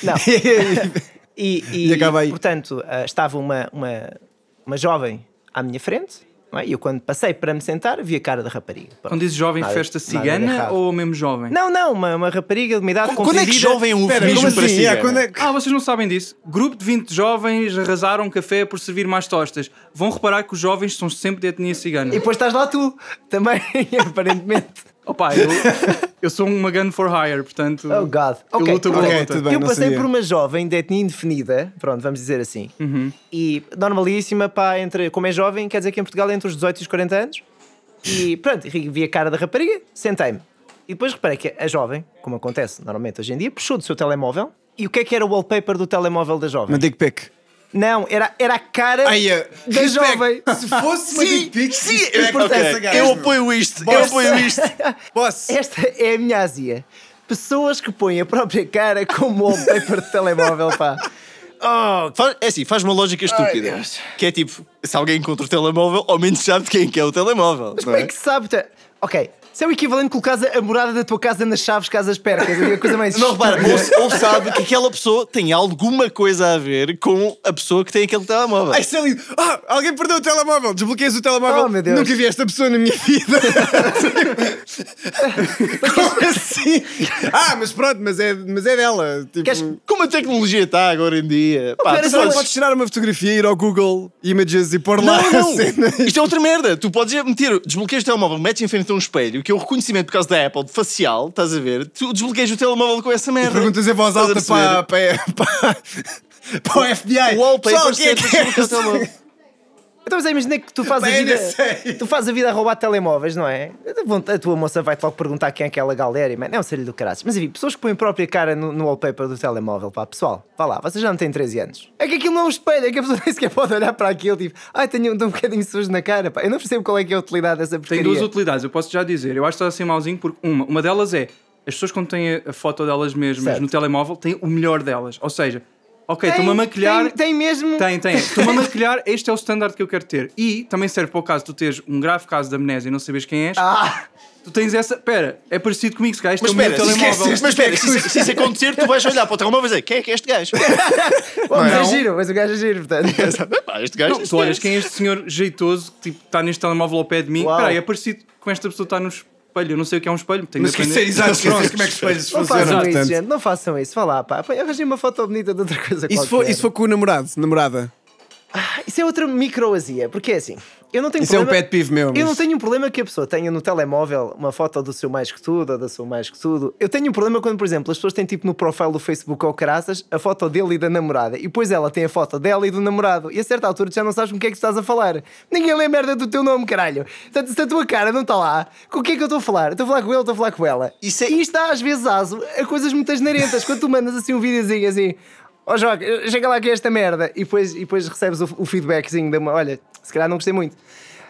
Speaker 1: Não. e, e,
Speaker 5: E acaba aí.
Speaker 1: Portanto, ah, estava uma, uma, uma jovem à minha frente, não é? E eu quando passei para me sentar, vi a cara da rapariga. Pronto.
Speaker 4: Quando dizes jovem,
Speaker 1: Nada-
Speaker 4: festa
Speaker 1: nada
Speaker 4: cigana
Speaker 1: errado.
Speaker 4: ou mesmo jovem?
Speaker 1: Não, não, uma, uma rapariga de uma idade
Speaker 3: Quando é que
Speaker 1: comprimida.
Speaker 3: jovem é um
Speaker 5: Espera,
Speaker 3: eufemismo
Speaker 5: como
Speaker 3: para
Speaker 5: assim?
Speaker 3: si?
Speaker 5: Yeah, quando é que-
Speaker 4: Ah, vocês não sabem disso. Grupo de 20 jovens arrasaram um café por servir mais tostas. Vão reparar que os jovens são sempre de etnia cigana.
Speaker 1: E depois estás lá tu, também, aparentemente.
Speaker 4: Opa, eu, eu sou uma gun for hire, portanto.
Speaker 1: Oh, God.
Speaker 4: Eu
Speaker 1: Ok.
Speaker 4: luto pela
Speaker 5: Ok,
Speaker 4: luta.
Speaker 5: tudo bem.
Speaker 1: eu
Speaker 5: não
Speaker 1: passei
Speaker 5: sabia.
Speaker 1: por uma jovem de etnia indefinida, pronto, vamos dizer assim.
Speaker 5: Uhum.
Speaker 1: E normalíssima, pá, entre, como é jovem, quer dizer que em Portugal é entre os 18 e os 40 anos. E pronto, e vi a cara da rapariga, sentei-me. E depois reparei que a jovem, como acontece normalmente hoje em dia, puxou do seu telemóvel. E o que é que era o wallpaper do telemóvel da jovem?
Speaker 5: Uma dick pic.
Speaker 1: Não, era, era a cara
Speaker 5: Ai, eh,
Speaker 1: da
Speaker 5: respect.
Speaker 1: jovem.
Speaker 5: Se fosse tipo, uma dick pic, sim,
Speaker 3: é, Ok, Eu apoio isto, eu apoio isto.
Speaker 5: Posso?
Speaker 1: Esta é a minha azia. Pessoas que põem a própria cara como wallpaper do telemóvel, pá.
Speaker 3: Faz- é assim, faz uma lógica estúpida. que é tipo, se alguém encontra o telemóvel, ao menos sabe de quem que é o telemóvel.
Speaker 1: Mas
Speaker 3: não
Speaker 1: como é
Speaker 3: é?
Speaker 1: que se sabe? Tá- Ok, isso é o equivalente de colocares a a morada da tua casa nas chaves, casas percas. É a coisa mais.
Speaker 3: Não, repara, ou, se- ou sabe que aquela pessoa tem alguma coisa a ver com a pessoa que tem aquele telemóvel.
Speaker 5: Ai, sei lindo. Ah, alguém perdeu o telemóvel. Desbloqueias o telemóvel.
Speaker 1: Oh, meu Deus.
Speaker 5: Nunca vi esta pessoa na minha vida. Como assim? Ah, mas pronto, mas é, mas é dela. Tipo,
Speaker 1: Queres-
Speaker 3: Como a tecnologia está agora em dia. Pá,
Speaker 1: Pera,
Speaker 3: tu
Speaker 5: Só
Speaker 1: não,
Speaker 3: podes-
Speaker 5: podes tirar uma fotografia, ir ao Google Images e pôr lá
Speaker 3: Não,
Speaker 5: a
Speaker 3: não.
Speaker 5: cena.
Speaker 3: Isto é outra merda. Tu podes meter, desbloqueias o telemóvel, metes em frente a um espelho, que é o reconhecimento por causa da Apple de facial, estás a ver? Tu desbloqueias o telemóvel com essa merda.
Speaker 5: Perguntas em voz
Speaker 3: Estás a
Speaker 5: alta
Speaker 3: perceber?
Speaker 5: para, para, para, para o FBI.
Speaker 3: O wallpaper
Speaker 5: Pessoal, o que é
Speaker 3: sempre
Speaker 5: que é
Speaker 3: desbloqueia o
Speaker 5: essa?
Speaker 3: telemóvel.
Speaker 1: Então, mas aí imagina que tu fazes a
Speaker 5: Bem,
Speaker 1: vida.
Speaker 5: não sei.
Speaker 1: Tu fazes a vida a roubar telemóveis, não é? A tua moça vai-te logo perguntar quem é aquela galera. e, Mas não, seria do caraças. Mas enfim, pessoas que põem a própria cara no, no wallpaper do telemóvel, pá, pessoal, vá lá, vocês já não têm 13 anos. É que aquilo não é um espelho, é que a pessoa nem sequer pode olhar para aquilo, tipo, ai, tenho um, tenho um bocadinho sujo na cara, pá. Eu não percebo qual é que é a utilidade dessa
Speaker 4: Tem
Speaker 1: porcaria.
Speaker 4: duas utilidades, eu posso já dizer. Eu acho que está assim mauzinho porque uma, uma delas é as pessoas quando têm a- a foto delas mesmas
Speaker 1: Certo.
Speaker 4: no telemóvel têm o melhor delas. Ou seja, ok,
Speaker 1: Tem-
Speaker 4: estou-me É, a maquilhar.
Speaker 1: Tem, tem mesmo.
Speaker 4: Tem, tem. Estou-me a maquilhar, este é o standard que eu quero ter. E também serve para o caso de tu teres um grave caso de amnésia e não sabes quem és.
Speaker 1: Ah,
Speaker 4: Tu tens essa. Pera, é parecido comigo, se calhar este
Speaker 3: Mas
Speaker 4: é o meu
Speaker 3: espera, se,
Speaker 4: telemóvel.
Speaker 3: mas espera, se, se isso acontecer, tu vais olhar para o telemóvel e dizer quem é que é este gajo?
Speaker 1: mas é
Speaker 4: Não.
Speaker 1: giro, mas o gajo é giro, portanto.
Speaker 3: Pá, este gajo.
Speaker 4: Não,
Speaker 3: este
Speaker 4: tu olhas
Speaker 3: gajo.
Speaker 4: quem é este senhor jeitoso que tipo, está neste telemóvel ao pé de mim.
Speaker 1: Uau.
Speaker 4: Peraí, é parecido com esta pessoa que está no espelho. Eu não sei o que é um espelho, tenho
Speaker 5: Mas
Speaker 4: de
Speaker 5: que isso
Speaker 4: aprender.
Speaker 5: é exato, esquecer como é que os espelhos
Speaker 1: Não
Speaker 5: funcionam.
Speaker 1: façam isso,
Speaker 5: portanto.
Speaker 1: gente, não façam isso. Vá lá, pá. Eu arranjei uma foto bonita de outra coisa
Speaker 5: E se for,
Speaker 1: qualquer.
Speaker 5: e se for com o namorado, namorada?
Speaker 1: Ah, Isso é outra microazia, porque é assim. Eu não tenho
Speaker 5: Isso é um
Speaker 1: problema,
Speaker 5: pet peeve meu.
Speaker 1: Eu não
Speaker 5: mas-
Speaker 1: tenho um problema que a pessoa tenha no telemóvel uma foto do seu mais que tudo ou da sua mais que tudo. Eu tenho um problema quando, por exemplo, as pessoas têm tipo no profile do Facebook ou caraças a foto dele e da namorada. E depois ela tem a foto dela e do namorado. E a certa altura tu já não sabes com o que é que estás a falar. Ninguém lê merda do teu nome, caralho. Portanto, se a tua cara não está lá, com o que é que eu estou a falar? Eu Estou a falar com ele, estou a falar com ela.
Speaker 3: Isso é-
Speaker 1: E isto dá às vezes aso a coisas muito asneirentas. quando tu mandas assim um videozinho assim. Ó Joca, chega lá que é esta merda. E depois, e depois recebes o, o feedbackzinho de uma. Olha, se calhar não gostei muito.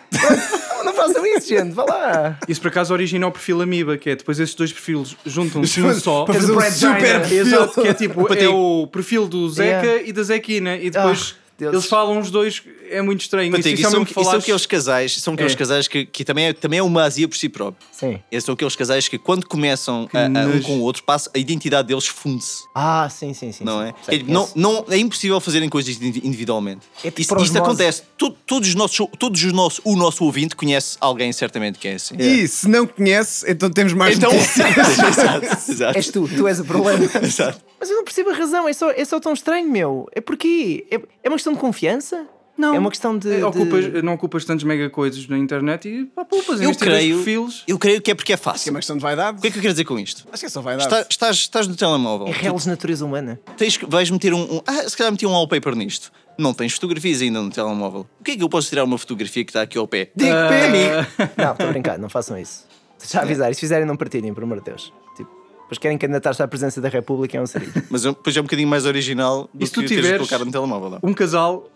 Speaker 1: Não, não façam isso, gente. Vá lá.
Speaker 4: Isso por acaso origina o perfil Amiba, que é depois esses dois perfis juntam-se num só.
Speaker 5: para fazer um
Speaker 4: Vagina.
Speaker 5: super perfil.
Speaker 4: Exato, que é tipo, é
Speaker 3: Patinho.
Speaker 4: o perfil do Zeca
Speaker 1: Yeah.
Speaker 4: e da Zequina. E depois
Speaker 1: Ah, Deus.
Speaker 4: eles falam os dois, é muito estranho.
Speaker 3: Patico,
Speaker 4: isso,
Speaker 3: isso,
Speaker 4: isso,
Speaker 5: um
Speaker 4: é
Speaker 3: são,
Speaker 4: mesmo
Speaker 3: isso são
Speaker 4: falares-
Speaker 3: aqueles casais, são aqueles
Speaker 4: É.
Speaker 3: casais que, que também, é, também é uma azia por si próprio.
Speaker 1: Sim.
Speaker 3: Esses são aqueles casais que quando começam a- a um
Speaker 4: nojo.
Speaker 3: com o outro, passa, a identidade deles funde-se,
Speaker 1: Ah, sim, sim, sim.
Speaker 3: não
Speaker 1: sim.
Speaker 3: é?
Speaker 1: Sei,
Speaker 3: É, tipo, não,
Speaker 1: conheço.
Speaker 3: não, é impossível fazerem coisas indi- individualmente.
Speaker 1: É tipo
Speaker 3: Isso-
Speaker 1: prosmose.
Speaker 3: isto acontece. To- todos os nossos, todos os nossos, o nosso ouvinte conhece alguém certamente que é assim.
Speaker 5: E se não conhece, então temos mais
Speaker 3: Então,
Speaker 5: notícias.
Speaker 3: exato, exato.
Speaker 1: És tu, tu és o problema.
Speaker 3: Exato.
Speaker 1: Mas eu não percebo a razão, é só, é só tão estranho, meu. É porquê? É, é uma questão de confiança?
Speaker 4: Não.
Speaker 1: É uma questão de. de-
Speaker 4: Ocupas- não ocupas tantos mega coisas na internet e pá, poupas
Speaker 3: Eu
Speaker 4: em
Speaker 3: creio,
Speaker 4: perfis.
Speaker 3: eu creio que é porque é
Speaker 5: Que é
Speaker 3: fácil.
Speaker 5: uma questão de vaidade.
Speaker 3: O que é que eu quero dizer com isto?
Speaker 5: Acho que é só vaidade.
Speaker 3: Está- estás, estás no telemóvel.
Speaker 1: É reles natureza humana.
Speaker 3: tens que- vais meter um, um- Ah, se calhar meti um wallpaper nisto. Não tens fotografias ainda no telemóvel. O que é que eu posso tirar uma fotografia que está aqui ao pé?
Speaker 1: Tipo,
Speaker 3: Dick
Speaker 1: é
Speaker 4: Ah,
Speaker 1: Não, estou a brincar, não façam isso. Deixa eu avisar, e se fizerem, não partilhem, por amor de Deus. Tipo, pois querem candidatar-se à presença da República, é um serio.
Speaker 3: Mas eu- depois é um bocadinho mais original do
Speaker 4: E
Speaker 3: que
Speaker 4: se tu
Speaker 3: teres de
Speaker 4: tiveres-
Speaker 3: colocar no telemóvel. Não.
Speaker 4: um casal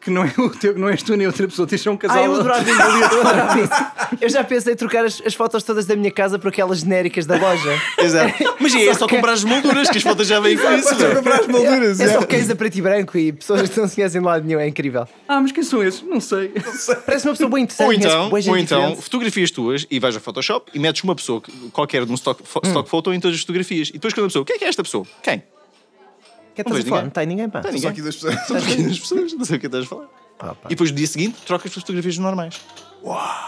Speaker 4: que não, é o teu, não és tu nem outra pessoa, tens só um casal.
Speaker 1: Ah, eu adorava isso, eu adorava isso. Eu já pensei em trocar as, as fotos todas da minha casa por aquelas genéricas da loja.
Speaker 3: Exato. Mas é,
Speaker 1: Só
Speaker 3: é só
Speaker 1: que-
Speaker 3: comprar as molduras, que as fotos já vêm com isso. não é?
Speaker 5: comprar as molduras.
Speaker 1: É só cães a preto e branco e pessoas que não se conhecem de lado nenhum, é incrível.
Speaker 4: Ah, mas quem são esses? Não sei.
Speaker 1: Parece uma pessoa bem interessante.
Speaker 3: Ou
Speaker 1: conhece
Speaker 3: então,
Speaker 1: bué gente
Speaker 3: ou então
Speaker 1: diferente.
Speaker 3: fotografias tuas e vais ao Photoshop e metes uma pessoa que- qualquer de um stock,
Speaker 4: Hum.
Speaker 3: fo- stock photo em todas as fotografias. E depois quando a pessoa, quem é que é esta pessoa? Quem?
Speaker 1: Quem estás
Speaker 3: Não
Speaker 1: a falar?
Speaker 3: vejo ninguém.
Speaker 1: Não tem ninguém, pá.
Speaker 3: Não tem
Speaker 5: Só
Speaker 3: ninguém.
Speaker 5: aqui das pessoas.
Speaker 3: São as pessoas, não sei o que estás a falar.
Speaker 1: Ah, pá.
Speaker 3: E depois no dia seguinte trocas as fotografias normais.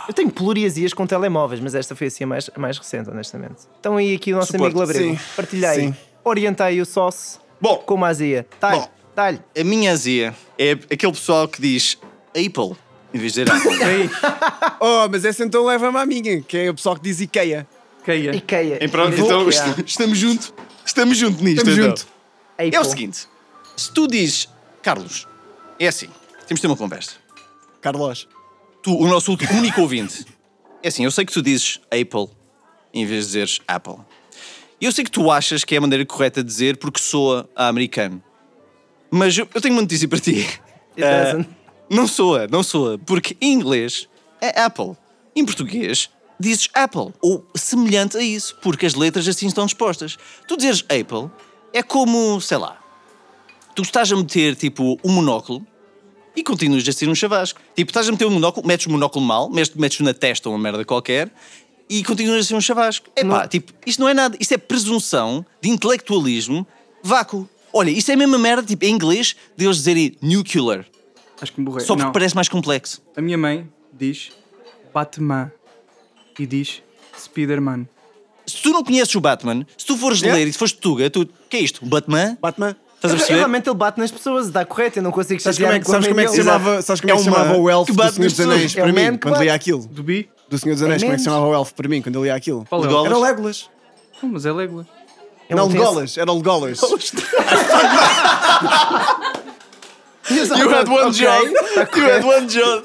Speaker 1: Eu tenho pluriasias com telemóveis, mas esta foi assim a mais, a mais recente, honestamente. Então aí aqui o nosso
Speaker 3: Suporte,
Speaker 1: amigo Labrego.
Speaker 5: sim,
Speaker 1: Partilhei.
Speaker 5: sim.
Speaker 1: Orientei o sócio
Speaker 3: Bom,
Speaker 1: com uma azia. Dá-lhe,
Speaker 3: Bom.
Speaker 1: dá-lhe.
Speaker 3: A minha azia é aquele pessoal que diz Apple em vez de dizer Apple.
Speaker 4: Ei,
Speaker 5: Oh, mas essa então leva-me à minha, que é o pessoal que diz Ikea.
Speaker 4: Keia.
Speaker 1: Ikea.
Speaker 3: E pronto,
Speaker 1: Ikea.
Speaker 3: então est- estamos junto. Estamos junto nisto.
Speaker 5: Estamos
Speaker 3: então.
Speaker 5: junto.
Speaker 1: Apple.
Speaker 3: É o seguinte: se tu dizes Carlos, é assim, temos de ter uma conversa.
Speaker 5: Carlos.
Speaker 3: Tu, o nosso ulti- único ouvinte, é assim, eu sei que tu dizes Apple em vez de dizeres Apple. E eu sei que tu achas que é a maneira correta de dizer porque soa a americano. Mas eu eu tenho uma notícia para ti.
Speaker 1: It
Speaker 3: eh,
Speaker 1: doesn't.
Speaker 3: Não soa, não soa, porque em inglês é Apple. Em português dizes Apple, ou semelhante a isso, porque as letras assim estão dispostas. Tu dizeres Apple é como, sei lá, tu estás a meter tipo um monóculo e continuas a ser um chavasco. Tipo, estás a meter um monóculo, metes o monóculo mal, metes- metes na testa uma merda qualquer e continuas a ser um chavasco. É pá, tipo, isto não é nada, isto é presunção de intelectualismo vácuo. Olha, isto é a mesma merda, tipo, em inglês, deles dizerem nuclear.
Speaker 4: Acho que me borrei.
Speaker 3: Só porque
Speaker 4: Não.
Speaker 3: parece mais complexo.
Speaker 4: A minha mãe diz Batman e diz Spiderman.
Speaker 3: Se tu não conheces o Batman, se tu fores ler e fores de Tuga, tu. que é isto? O Batman?
Speaker 5: Batman.
Speaker 3: Estás a
Speaker 1: Mas,
Speaker 3: perceber?
Speaker 1: Realmente ele bate nas pessoas, dá correto, eu não consigo
Speaker 5: Sabes como é
Speaker 1: chatear
Speaker 5: que, sabes como é que se chamava, sabes como é que se
Speaker 3: É uma-
Speaker 5: chamava o elfo
Speaker 3: que
Speaker 5: do
Speaker 3: bate
Speaker 5: Senhor
Speaker 3: nas
Speaker 5: dos Anéis
Speaker 1: pessoas.
Speaker 5: para
Speaker 1: É o man
Speaker 5: mim,
Speaker 1: que
Speaker 5: quando
Speaker 1: bate.
Speaker 5: lia aquilo?
Speaker 4: Do Bi?
Speaker 5: Do Senhor dos Anéis, como é que se
Speaker 1: man.
Speaker 5: chamava o elfo para mim, quando eu lia aquilo?
Speaker 4: Qual é o-
Speaker 3: Legolas?
Speaker 5: Era o Legolas.
Speaker 4: Não, mas é Legolas.
Speaker 5: Não, Legolas. Era o Legolas.
Speaker 3: You had one job!
Speaker 5: Tá
Speaker 3: You had one job!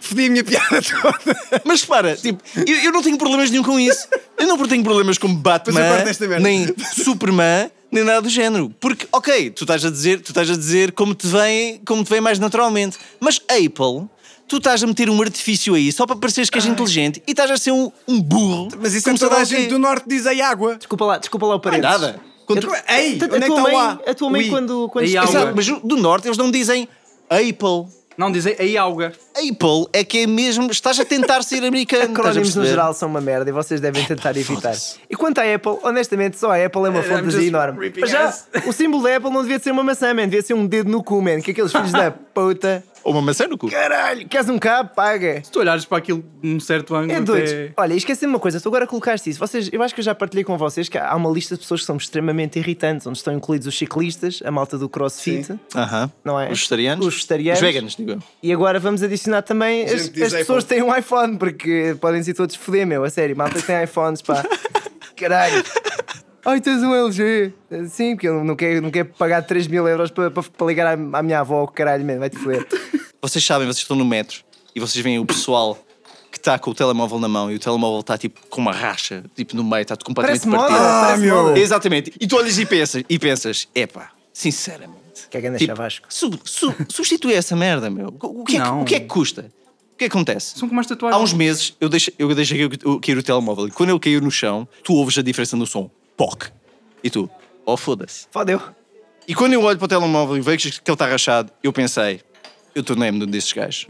Speaker 5: Fodi a minha piada toda.
Speaker 3: Mas para, tipo, eu, eu não tenho problemas nenhum com isso. Eu não tenho problemas com Batman,
Speaker 5: Mas a parte desta merda.
Speaker 3: nem Superman, nem nada do género. Porque, ok, tu estás a dizer, tu estás a dizer como, te vem, como te vem mais naturalmente. Mas Apple, tu estás a meter um artifício aí só para pareceres que és inteligente e estás a ser um, um burro.
Speaker 5: Mas isso é
Speaker 3: como sei
Speaker 5: toda
Speaker 3: lá
Speaker 5: a
Speaker 3: o quê.
Speaker 5: gente do norte diz aí água.
Speaker 1: Desculpa lá, desculpa lá o parênteses.
Speaker 3: nada. Quando-
Speaker 1: Eu-
Speaker 5: Ei,
Speaker 1: Portanto,
Speaker 5: onde é
Speaker 1: Então, a
Speaker 5: que
Speaker 1: tua
Speaker 5: tá o
Speaker 1: mãe,
Speaker 5: A?
Speaker 1: a tua mãe
Speaker 5: Ui.
Speaker 1: quando, quando
Speaker 4: Aí há
Speaker 1: escreve-
Speaker 4: algo.
Speaker 3: Exato, mas do norte eles não dizem Apple.
Speaker 4: Não, dizem Ei Auga.
Speaker 3: Apple é que é mesmo. Estás a tentar ser americano. estás a
Speaker 1: Acrónimos no
Speaker 3: perceber?
Speaker 1: geral são uma merda e vocês devem tentar evitar.
Speaker 3: foda-se.
Speaker 1: E quanto à Apple, honestamente, só a Apple é uma
Speaker 4: I'm
Speaker 1: fonte
Speaker 4: just
Speaker 1: enorme.
Speaker 4: ripping
Speaker 1: Mas já,
Speaker 4: ass.
Speaker 1: o símbolo da Apple não devia ser uma maçã, man, devia ser um dedo no cu, man, que aqueles filhos da puta.
Speaker 3: Ou uma maçã no cu.
Speaker 1: Caralho, queres um cabo? Paga.
Speaker 4: Se tu olhares para aquilo num certo ângulo,
Speaker 1: É doido.
Speaker 4: até-
Speaker 1: Olha, esqueci uma coisa, tu agora colocaste isso. Vocês, eu acho que eu já partilhei com vocês que há uma lista de pessoas que são extremamente irritantes, onde estão incluídos os ciclistas, a malta do crossfit,
Speaker 3: Aham.
Speaker 1: não é?
Speaker 3: Os vegetarianos?
Speaker 1: Os vegetarianos.
Speaker 3: Os veganos, digo eu.
Speaker 1: E agora vamos adicionar também as,
Speaker 5: Gente, diz
Speaker 1: as pessoas que têm um iPhone, porque podem ser todos foder, meu, a sério. Malta que tem iPhones, pá. Caralho. Ai, tens um LG. Sim, porque eu não quero, não quero pagar 3 mil euros para, para, para ligar à, à minha avó, caralho, mesmo, vai-te foder.
Speaker 3: Vocês sabem, vocês estão no metro e vocês veem o pessoal que está com o telemóvel na mão e o telemóvel está tipo com uma racha, tipo no meio, está completamente
Speaker 1: Parece moda,
Speaker 3: partido.
Speaker 1: parece
Speaker 5: meu.
Speaker 3: Ah,
Speaker 1: moda.
Speaker 3: Exatamente. E tu olhas e pensas, e pensas, epá, sinceramente.
Speaker 1: Que é grande
Speaker 3: tipo,
Speaker 1: chavasco.
Speaker 3: sub- su- substitui essa merda, meu. O que, é que,
Speaker 4: Não.
Speaker 3: o que é que custa? O que é que acontece?
Speaker 4: São como as
Speaker 3: Há
Speaker 4: tatuagens.
Speaker 3: uns meses eu deixei, eu deixei cair o- cair o telemóvel e quando ele caiu no chão, tu ouves a diferença no som. POC. E tu, oh foda-se.
Speaker 1: Fodeu.
Speaker 3: E quando eu olho para o telemóvel e vejo que ele está rachado, eu pensei, eu tornei-me um desses gajos.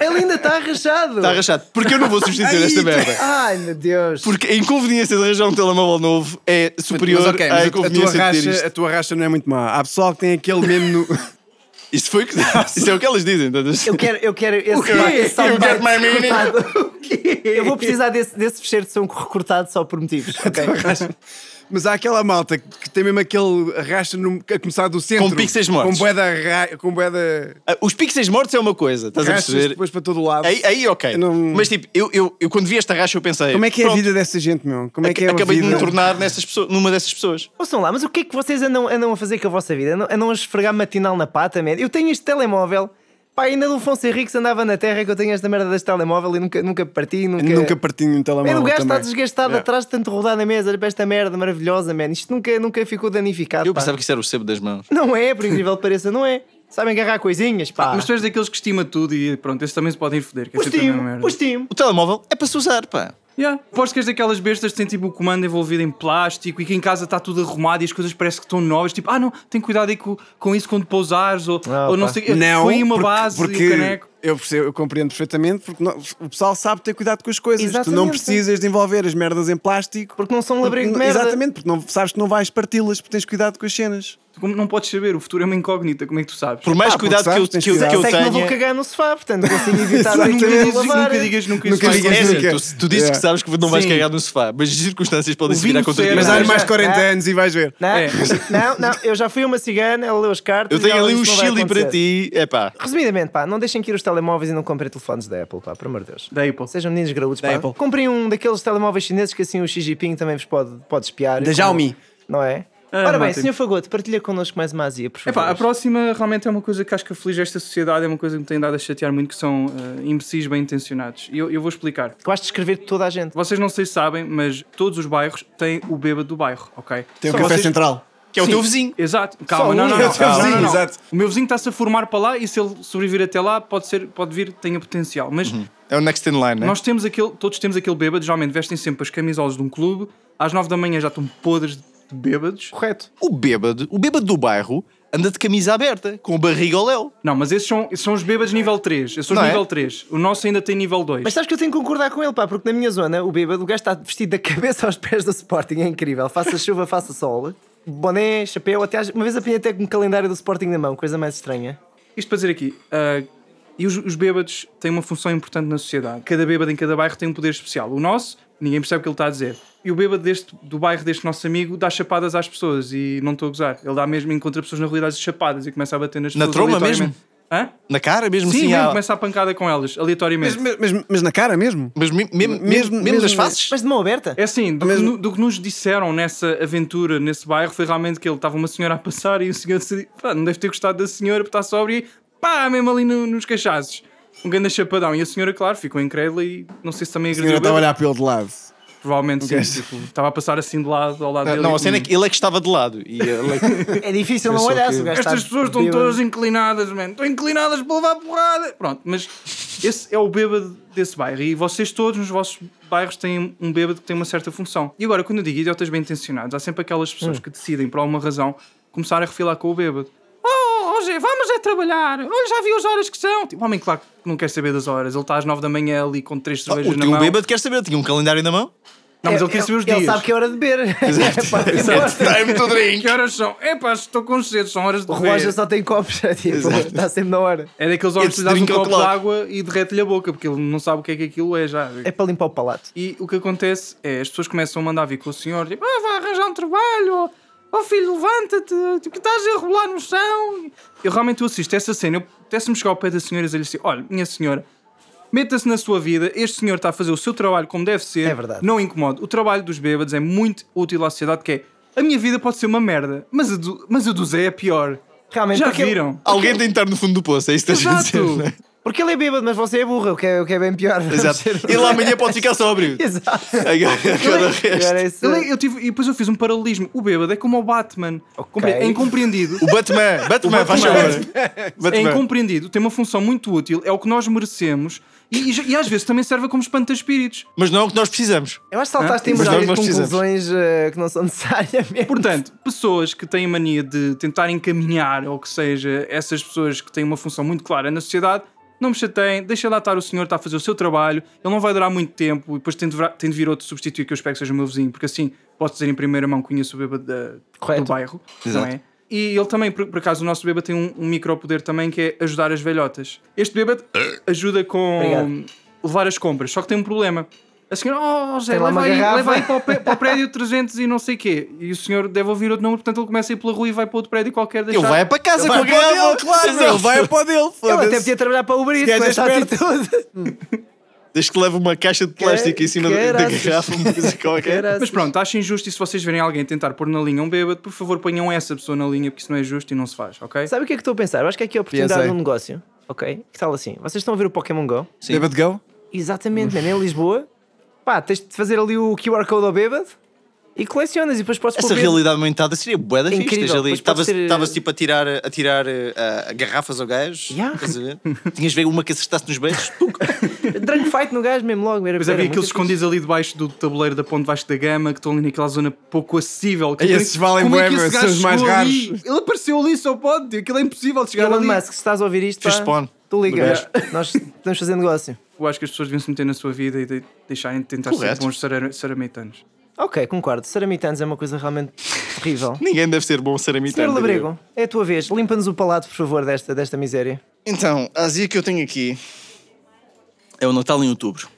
Speaker 1: Ele ainda tá está rachado.
Speaker 3: Está rachado. Porque eu não vou substituir esta merda.
Speaker 1: Ai, meu Deus.
Speaker 3: Porque a inconveniência de arranjar um telemóvel novo é superior
Speaker 5: Mas ok,
Speaker 3: à
Speaker 5: mas a, a, tua
Speaker 3: inconveniência de ter
Speaker 5: racha, a
Speaker 3: isto.
Speaker 5: tua racha não é muito má. Há pessoal que tem aquele mesmo no.
Speaker 3: Isto, foi, o que- isto é o que elas dizem. Todas.
Speaker 1: Eu quero, eu quero esse,
Speaker 3: quê?
Speaker 1: esse soundbite
Speaker 3: You get my meaning?
Speaker 1: recortado. Eu vou precisar desse, desse fecheiro de som recortado só por motivos. ok?
Speaker 5: Mas há aquela malta que tem mesmo aquele arrasta no, a começar do centro.
Speaker 3: Com pixels mortos.
Speaker 5: Com boeda. Ra, com boeda
Speaker 3: Ah, Os pixels mortos é uma coisa, estás a
Speaker 5: rastas
Speaker 3: perceber?
Speaker 5: depois para todo o lado.
Speaker 3: Aí, aí ok.
Speaker 5: Eu não-
Speaker 3: Mas tipo, eu, eu, eu quando vi esta racha eu pensei...
Speaker 5: Como é que é a
Speaker 3: pronto,
Speaker 5: vida dessa gente, meu? Como é que é a
Speaker 3: Acabei de
Speaker 5: vida?
Speaker 3: me tornar nessas pessoas, numa dessas pessoas.
Speaker 1: Ouçam lá, mas o que é que vocês andam, andam a fazer com a vossa vida? Andam, andam a esfregar matinal na pata, man? Eu tenho este telemóvel. Pá, ainda do Afonso Henriques andava na terra que eu tenho esta merda deste telemóvel e nunca, nunca parti, nunca...
Speaker 5: Eu Nunca parti um telemóvel
Speaker 1: Man, o gajo está
Speaker 5: também.
Speaker 4: É.
Speaker 1: desgastado atrás de tanto rodar na mesa, olha para esta merda maravilhosa, man. Isto nunca, nunca ficou danificado,
Speaker 3: Eu
Speaker 1: pá.
Speaker 3: pensava que isso era o sebo das mãos.
Speaker 1: Não é, por incrível que pareça, não é. Sabem agarrar coisinhas, pá.
Speaker 4: Mas tu és daqueles que estima tudo e pronto, esses também se podem ir foder. Que é sempre a mesma
Speaker 1: Postimo,
Speaker 4: merda.
Speaker 1: postimo.
Speaker 3: O telemóvel é para se usar, pá.
Speaker 4: Yeah. Aposto que és daquelas bestas que têm tipo o comando envolvido em plástico e que em casa está tudo arrumado e as coisas parecem que estão novas. Tipo, ah não, tem cuidado aí com, com isso quando pousares ou,
Speaker 1: Ah,
Speaker 4: ou não
Speaker 1: pá.
Speaker 4: sei o quê.
Speaker 5: Não,
Speaker 4: Põe uma
Speaker 5: porque-
Speaker 4: base
Speaker 5: porque
Speaker 4: e um caneco.
Speaker 5: Eu, percebo, eu compreendo perfeitamente porque não- o pessoal sabe ter cuidado com as coisas. Tu não
Speaker 1: Exatamente.
Speaker 5: precisas de envolver as merdas em plástico.
Speaker 1: Porque não são um labrego de
Speaker 5: Porque-
Speaker 1: merda.
Speaker 5: Exatamente, porque não, sabes que não vais parti-las porque tens cuidado com as cenas.
Speaker 4: Tu como não podes saber, o futuro é uma incógnita, como é que tu sabes?
Speaker 3: Por mais
Speaker 5: Ah, porque
Speaker 3: cuidado que eu,
Speaker 5: sabes, tens
Speaker 3: que eu, que
Speaker 5: cuidado.
Speaker 3: eu
Speaker 1: Sei que não vou
Speaker 3: tenha.
Speaker 1: cagar no sofá, portanto consigo evitar
Speaker 4: Ah, nunca,
Speaker 1: muito
Speaker 4: dizes,
Speaker 1: lavar.
Speaker 4: nunca digas nunca isso.
Speaker 5: Nunca
Speaker 3: Mas
Speaker 4: Mas
Speaker 5: digas
Speaker 4: é
Speaker 3: é
Speaker 4: assim,
Speaker 5: nunca.
Speaker 3: assim, tu, tu dizes
Speaker 5: Yeah.
Speaker 3: que sabes que não vais
Speaker 4: Sim.
Speaker 3: cagar no sofá, mas as circunstâncias podem se
Speaker 4: O vinho
Speaker 3: virar contra ti.
Speaker 4: serve.
Speaker 5: Mas há
Speaker 4: Não,
Speaker 5: mais
Speaker 4: já-
Speaker 5: 40 anos e vais ver.
Speaker 1: Não,
Speaker 4: É.
Speaker 1: não, não, eu já fui uma cigana, ela leu as cartas.
Speaker 3: Eu
Speaker 1: e
Speaker 3: tenho
Speaker 1: ela
Speaker 3: ali um
Speaker 1: disse, "Não vai
Speaker 3: chili para
Speaker 1: acontecer."
Speaker 3: ti. É pá.
Speaker 1: Resumidamente, pá, não deixem que ir os telemóveis e não comprem telefones da Apple, pá, pelo amor de Deus.
Speaker 4: Da Apple.
Speaker 1: Sejam meninos graúdos, pá.
Speaker 5: Apple.
Speaker 1: Comprem um daqueles telemóveis chineses que assim o Xi Jinping também vos pode, pode espiar.
Speaker 5: Da Xiaomi.
Speaker 1: Não é?
Speaker 4: Ah,
Speaker 1: Ora bem,
Speaker 4: matem-me.
Speaker 1: Sr. Fagoto, partilha connosco mais uma azia, por favor.
Speaker 4: Epá, a próxima realmente é uma coisa que acho que aflige esta sociedade, é uma coisa que me tem dado a chatear muito, que são eh, imbecis bem intencionados. E eu, eu vou explicar.
Speaker 1: Gosto de escrever de toda a gente.
Speaker 4: Vocês não sei se sabem, mas todos os bairros têm o bêbado do bairro, ok?
Speaker 5: Tem um café central.
Speaker 3: Que é o
Speaker 4: Sim.
Speaker 3: teu vizinho.
Speaker 4: Exato. Calma,
Speaker 1: um.
Speaker 4: não, não,
Speaker 5: É
Speaker 4: não.
Speaker 5: o teu
Speaker 4: Não,
Speaker 5: vizinho,
Speaker 4: não, não.
Speaker 5: exato.
Speaker 4: O meu vizinho está-se a formar para lá e se ele sobreviver até lá, pode, ser, pode vir, tenha potencial. Mas
Speaker 3: É o next in line, né?
Speaker 4: nós temos aquele, todos temos aquele bêbado, geralmente vestem sempre as camisolas de um clube, às 9 da manhã já estão podres de bêbados.
Speaker 1: Correto.
Speaker 3: O bêbado, o bêbado do bairro anda de camisa aberta, com a barriga ao léu.
Speaker 4: Não, mas esses são, esses são os bêbados nível 3. Eu sou
Speaker 3: Não é?
Speaker 4: nível 3. O nosso ainda tem nível 2.
Speaker 1: Mas sabes que eu tenho que concordar com ele, pá, porque na minha zona o bêbado, o gajo está vestido da cabeça aos pés do Sporting, é incrível. Faça chuva, faça sol. Boné, chapéu, até às- uma vez apanhei até com um calendário do Sporting na mão, coisa mais estranha.
Speaker 4: Isto para dizer aqui, ah, e os, os bêbados têm uma função importante na sociedade. Cada bêbado em cada bairro tem um poder especial. O nosso, ninguém percebe o que ele está a dizer. E o bêbado deste, do bairro deste nosso amigo dá chapadas às pessoas e não estou a gozar. Ele dá mesmo, encontra pessoas na realidade de chapadas e começa a bater nas
Speaker 3: Na
Speaker 4: pessoas.
Speaker 3: tromba
Speaker 4: aleatoriamente. Hã?
Speaker 3: Na cara, mesmo
Speaker 4: Sim,
Speaker 3: assim.
Speaker 4: mesmo,
Speaker 3: há-
Speaker 4: começa a pancada com elas,
Speaker 5: Mas,
Speaker 4: aleatoriamente.
Speaker 5: mas, mas- mas na cara mesmo?
Speaker 3: Mas me- me- me-
Speaker 5: Mesmo-
Speaker 3: mesmo nas
Speaker 5: mesmo-
Speaker 3: faces?
Speaker 1: Mas de mão aberta?
Speaker 4: É assim, do, que,
Speaker 5: Mesmo-
Speaker 4: nu- do que nos disseram nessa aventura, nesse bairro, foi realmente que ele estava uma senhora a passar e o senhor disse, pá, não deve ter gostado da senhora porque está sóbrio e pá, mesmo ali no- nos cachaços. Um grande chapadão. E a senhora, claro, ficou incrédula e não sei se também
Speaker 5: A senhora
Speaker 4: agradeceu.
Speaker 5: estava a olhar Ah, para ele de lado.
Speaker 4: Provavelmente sim,
Speaker 5: gajo.
Speaker 4: tipo, estava a passar assim de lado, ao lado dele.
Speaker 3: Não,
Speaker 4: e,
Speaker 3: a cena é que ele é que estava de lado. E ele é que-
Speaker 1: É difícil não olhar se o
Speaker 4: "Hum,
Speaker 1: gajo está
Speaker 4: Estas pessoas estão
Speaker 1: bêbado.
Speaker 4: todas inclinadas, man. Estão inclinadas para levar porrada. Pronto, mas esse é o bêbado desse bairro. E vocês todos nos vossos bairros têm um bêbado que tem uma certa função. E agora, quando eu digo idiotas bem intencionados, há sempre aquelas pessoas que decidem, por alguma razão, começar a refilar com o bêbado. Oh, hoje vamos é trabalhar. Olha, já vi as horas que são. Tipo, homem, claro que não quer saber das horas. Ele está às nove da manhã ali com três cervejas
Speaker 3: Oh, o
Speaker 4: na
Speaker 3: teu
Speaker 4: mão.
Speaker 3: bêbado quer saber, tinha um calendário na mão.
Speaker 4: Não, mas ele quer saber os dias.
Speaker 1: Ele sabe que é hora de beber. Pá,
Speaker 3: Time to drink.
Speaker 4: Que horas são? Epá, estou com cedo, são horas de
Speaker 1: O relógio
Speaker 4: comer.
Speaker 1: só tem copos, é tipo, está sempre na hora.
Speaker 4: É daqueles olhos
Speaker 3: It's
Speaker 4: que lhe dás um
Speaker 3: drink
Speaker 4: copo de
Speaker 3: o'clock.
Speaker 4: água e derrete-lhe a boca, porque ele não sabe o que é que aquilo é já.
Speaker 1: É para limpar o palato.
Speaker 4: E o que acontece é, as pessoas começam a mandar vir com o senhor, tipo, ah, vai arranjar um trabalho, ou oh, filho, levanta-te, tipo, que estás a rolar no chão. Eu realmente eu assisto a essa cena, eu pudesse-me chegar ao pé da senhora e dizer-lhe assim, olha, minha senhora, meta-se na sua vida, este senhor está a fazer o seu trabalho como deve ser,
Speaker 1: É verdade.
Speaker 4: não incomode. O trabalho dos bêbados é muito útil à sociedade, que é, a minha vida pode ser uma merda, mas a do, mas a do Zé é pior.
Speaker 1: Realmente,
Speaker 4: Já
Speaker 1: porque,
Speaker 4: viram?
Speaker 3: Alguém tem de estar no fundo do poço, é isso que estás a dizer.
Speaker 4: Exato.
Speaker 3: não é?
Speaker 1: Porque ele é bêbado, mas você é burra, o que é, o que é bem pior. vamos
Speaker 3: Exato.
Speaker 1: ser-
Speaker 3: E lá amanhã pode ficar sóbrio.
Speaker 1: Exato. é-
Speaker 3: Agora, agora o resto.
Speaker 1: Agora esse-
Speaker 4: Eu, eu tive, e depois eu fiz um paralelismo. O bêbado é como o Batman. Compre- É incompreendido.
Speaker 3: O Batman, Batman, faz
Speaker 4: Batman.
Speaker 3: favor.
Speaker 4: é
Speaker 3: Batman.
Speaker 4: incompreendido, tem uma função muito útil, é o que nós merecemos e, e- e às vezes também serve como espanta-espíritos.
Speaker 3: Mas não é o que nós precisamos.
Speaker 1: Eu acho que saltaste
Speaker 4: Hã?
Speaker 1: em
Speaker 3: Mas
Speaker 1: várias
Speaker 3: nós precisamos.
Speaker 1: conclusões eh, que não são necessárias mesmo.
Speaker 4: Portanto, pessoas que têm a mania de tentar encaminhar, ou que seja, essas pessoas que têm uma função muito clara na sociedade, não me chateiem, deixa lá estar o senhor, está a fazer o seu trabalho, ele não vai durar muito tempo e depois tem de, vir- tem de vir outro substituir que eu espero que seja o meu vizinho, porque assim posso dizer em primeira mão que conheço o bêbado da- do
Speaker 1: Correto.
Speaker 4: bairro,
Speaker 3: Exato.
Speaker 4: não é? E ele também, por, por acaso, o nosso bêbado tem um, um micropoder também que é ajudar as velhotas. Este bêbado ajuda com
Speaker 1: Obrigado.
Speaker 4: levar as compras, só que tem um problema. A senhora, oh Zé,
Speaker 1: Tem lá
Speaker 4: leva
Speaker 1: uma
Speaker 4: aí,
Speaker 1: garrafa."
Speaker 4: leva aí para o, pé- para o prédio 300 e não sei quê. E o senhor deve ouvir outro número, portanto ele começa a ir pela rua e vai para outro prédio qualquer. Deixar...
Speaker 3: Ele vai para casa com a
Speaker 5: Vai para o
Speaker 3: garrafa.
Speaker 5: dele, claro. Ele vai para o dele.
Speaker 1: Ele até
Speaker 5: foda-se.
Speaker 1: podia trabalhar para o Uber Eats
Speaker 5: gajo
Speaker 1: com
Speaker 5: é
Speaker 1: esta
Speaker 5: esperto.
Speaker 1: atitude.
Speaker 3: Desde que leve uma caixa de plástico em cima da- da
Speaker 1: Caraças.
Speaker 3: garrafa, uma coisa qualquer.
Speaker 1: Caraças.
Speaker 4: Mas pronto, acho injusto e se vocês verem alguém tentar pôr na linha um bêbado, por favor ponham essa pessoa na linha porque isso não é justo e não se faz, ok?
Speaker 1: Sabe o que é que estou a pensar? Eu acho que aqui é a oportunidade
Speaker 5: Pensei.
Speaker 1: de um negócio. Ok? Que tal assim? Vocês estão a ver o Pokémon Go?
Speaker 3: Sim.
Speaker 5: Bêbado go?
Speaker 1: Exatamente, mano. Em Lisboa, pá, tens de fazer ali o QR Code ao bêbado e colecionas e depois podes
Speaker 3: Essa
Speaker 1: pôr bêbado.
Speaker 3: realidade aumentada seria bué da fixe.
Speaker 1: Incrível,
Speaker 3: tens ali-
Speaker 1: pois pode
Speaker 3: Estavas
Speaker 1: ser- eh,
Speaker 3: estavas, tipo a tirar, a tirar eh, a- a garrafas ao gajo.
Speaker 1: Yeah.
Speaker 3: estás a ver? Tinhas de ver uma que acertasse nos beijos.
Speaker 1: Drunk fight no gajo mesmo logo. Era,
Speaker 4: Mas
Speaker 1: era
Speaker 4: havia
Speaker 1: muito
Speaker 4: aqueles
Speaker 1: fixe.
Speaker 4: escondidos ali debaixo do tabuleiro da ponte baixo da gama que estão ali naquela zona pouco acessível. Que-
Speaker 5: Esses valem
Speaker 4: Como é
Speaker 5: bué,
Speaker 4: que esse
Speaker 5: meu, são
Speaker 4: gajo
Speaker 5: os mais
Speaker 4: chegou ali?
Speaker 5: raros.
Speaker 4: Ele apareceu ali, só pode, tio, aquilo é impossível de chegar
Speaker 1: Elon
Speaker 4: ali.
Speaker 1: Musk, se estás a ouvir isto,
Speaker 3: Fiz
Speaker 1: pá,
Speaker 3: spawn.
Speaker 1: tu ligas.
Speaker 4: Do
Speaker 1: Nós estamos fazendo negócio.
Speaker 4: Eu acho que as pessoas deviam se meter na sua vida e de- deixarem de tentar
Speaker 3: Correto.
Speaker 4: ser bons sara- saramitanos.
Speaker 1: Ok, concordo. Saramitanos é uma coisa realmente terrível.
Speaker 3: Ninguém deve ser bom ceramita.
Speaker 1: Senhor Labrego, é a tua vez. Limpa-nos o palato, por favor, desta, desta miséria.
Speaker 3: Então, a azia que eu tenho aqui é o Natal em Outubro.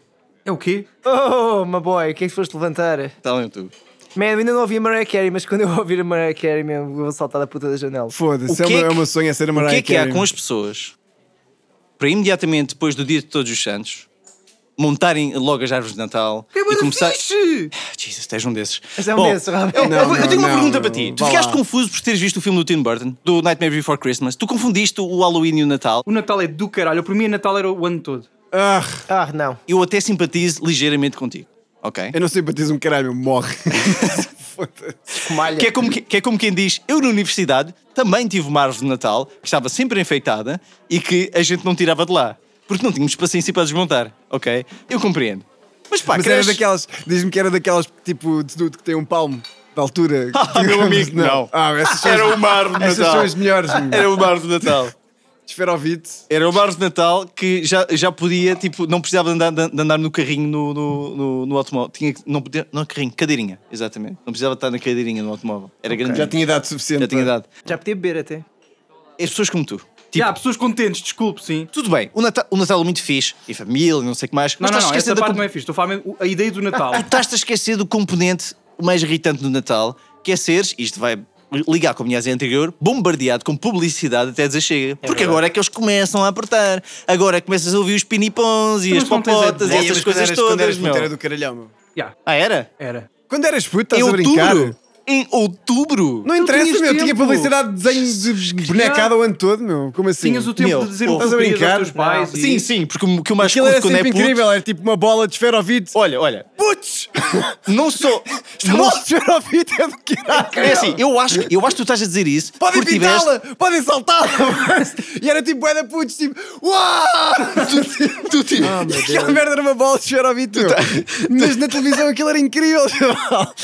Speaker 4: É o quê?
Speaker 1: Oh, my boy, o que é que foste levantar?
Speaker 3: Natal em Outubro.
Speaker 1: Man, eu ainda não ouvi a Mariah Carey, mas quando eu ouvir a Mariah Carey, mesmo, eu vou saltar da puta da janela.
Speaker 3: O que
Speaker 5: Foda-se, é,
Speaker 3: é
Speaker 5: uma-
Speaker 3: que-
Speaker 5: é uma sonha ser a
Speaker 3: O
Speaker 5: Mariah
Speaker 3: que é que há
Speaker 5: Carey.
Speaker 3: com as pessoas para imediatamente depois do dia de Todos os Santos montarem logo as árvores de Natal
Speaker 4: É
Speaker 3: e
Speaker 4: bué da
Speaker 3: começar.
Speaker 4: fixe!
Speaker 3: Ah, Jesus, tens um desses.
Speaker 1: Mas é um
Speaker 3: Bom,
Speaker 1: desses, realmente.
Speaker 3: eu- eu- eu,
Speaker 5: Não, não,
Speaker 3: tenho uma
Speaker 5: não,
Speaker 3: pergunta
Speaker 5: não,
Speaker 3: para ti. Tu
Speaker 5: vá
Speaker 3: ficaste
Speaker 5: lá.
Speaker 3: confuso por teres visto o filme do Tim Burton, do Nightmare Before Christmas. Tu confundiste o Halloween e o Natal.
Speaker 4: O Natal é do caralho. Para mim, o Natal era o ano todo.
Speaker 5: Ah,
Speaker 1: Ah, não.
Speaker 3: Eu até simpatizo ligeiramente contigo. Ok?
Speaker 5: eu não simpatizo um caralho, meu, morre. Foda-se.
Speaker 1: Comalha.
Speaker 3: Que é, como, que- que é como quem diz, eu na universidade também tive uma árvore de Natal que estava sempre enfeitada e que a gente não tirava de lá. Porque não tínhamos paciência para desmontar, ok? Eu compreendo. Mas pá,
Speaker 5: Mas era
Speaker 3: cresce-
Speaker 5: daquelas, diz-me que era daquelas tipo de tudo que tem um palmo de altura.
Speaker 3: Ah, meu amigo, não.
Speaker 5: Ah, essas são,
Speaker 3: Era uma árvore de
Speaker 5: essas são
Speaker 3: Natal.
Speaker 5: as melhores. meu.
Speaker 3: Era uma árvore de Natal.
Speaker 5: Esferovite.
Speaker 3: Era uma árvore de Natal que já, já podia, tipo, não precisava de andar, de andar no carrinho no, no, no, no automóvel. Tinha, que- não podia, não carrinho, cadeirinha, exatamente. Não precisava estar na cadeirinha no automóvel. Era grande.
Speaker 5: Já tinha idade suficiente.
Speaker 3: já tinha
Speaker 5: para-
Speaker 3: idade.
Speaker 1: Já podia beber até.
Speaker 3: As pessoas como tu.
Speaker 4: Já,
Speaker 3: Tipo,
Speaker 4: há pessoas contentes, desculpe, sim.
Speaker 3: tudo bem, o Natal, o Natal é muito fixe, e família, não sei o que mais.
Speaker 4: Não,
Speaker 3: Mas
Speaker 4: não,
Speaker 3: estás a
Speaker 4: não, essa
Speaker 3: esquecer da
Speaker 4: parte
Speaker 3: comp-
Speaker 4: não é fixe. Estou a falar mesmo a ideia do Natal.
Speaker 3: Ah, estás-te a esquecer do componente mais irritante do Natal, que é seres, isto vai ligar com a minha asa anterior, bombardeado com publicidade até dizer chega. Porque agora é que eles começam a apertar. Agora é que começas a ouvir os pinipons e
Speaker 4: Mas
Speaker 3: as
Speaker 4: não tens
Speaker 3: popotas e
Speaker 5: Ei,
Speaker 3: essas
Speaker 5: mas quando
Speaker 3: coisas
Speaker 5: eras- Quando
Speaker 3: todas,
Speaker 5: eras puto
Speaker 3: meu.
Speaker 5: era do caralhão, meu.
Speaker 4: Já,
Speaker 3: Ah, era?
Speaker 4: era.
Speaker 5: Quando eras puto,
Speaker 3: Em
Speaker 5: estás a brincar?
Speaker 3: outubro? Em outubro?
Speaker 5: Não
Speaker 4: Tu
Speaker 5: interessa,
Speaker 4: tinhas
Speaker 5: meu. Tinha
Speaker 4: tempo.
Speaker 5: publicidade de desenho de bonecada o ano todo, meu. Como assim?
Speaker 4: Tinhas o tempo
Speaker 3: Meu,
Speaker 4: de dizer o que
Speaker 5: estás a
Speaker 4: querias aos
Speaker 5: brincar?
Speaker 4: teus pais. e-
Speaker 3: Sim, sim, porque o que eu mais
Speaker 5: Aquilo
Speaker 3: curto
Speaker 5: era
Speaker 3: quando é
Speaker 5: sempre
Speaker 3: puto...
Speaker 5: incrível, era tipo uma bola de esferovite.
Speaker 3: Olha, olha,
Speaker 5: Putz!
Speaker 3: não sou...
Speaker 5: A
Speaker 3: não-
Speaker 5: bola de esferovite é do caralho.
Speaker 3: É assim, eu acho, eu acho que tu estás a dizer isso
Speaker 5: Podem
Speaker 3: porque tiveste-
Speaker 5: pintá-la, podem saltá-la. e era tipo, era putz, tipo, uau!
Speaker 3: tu tipo.
Speaker 5: Aquela merda era uma bola de cheiro ao Vitor. Mas na televisão aquilo era incrível. chaval.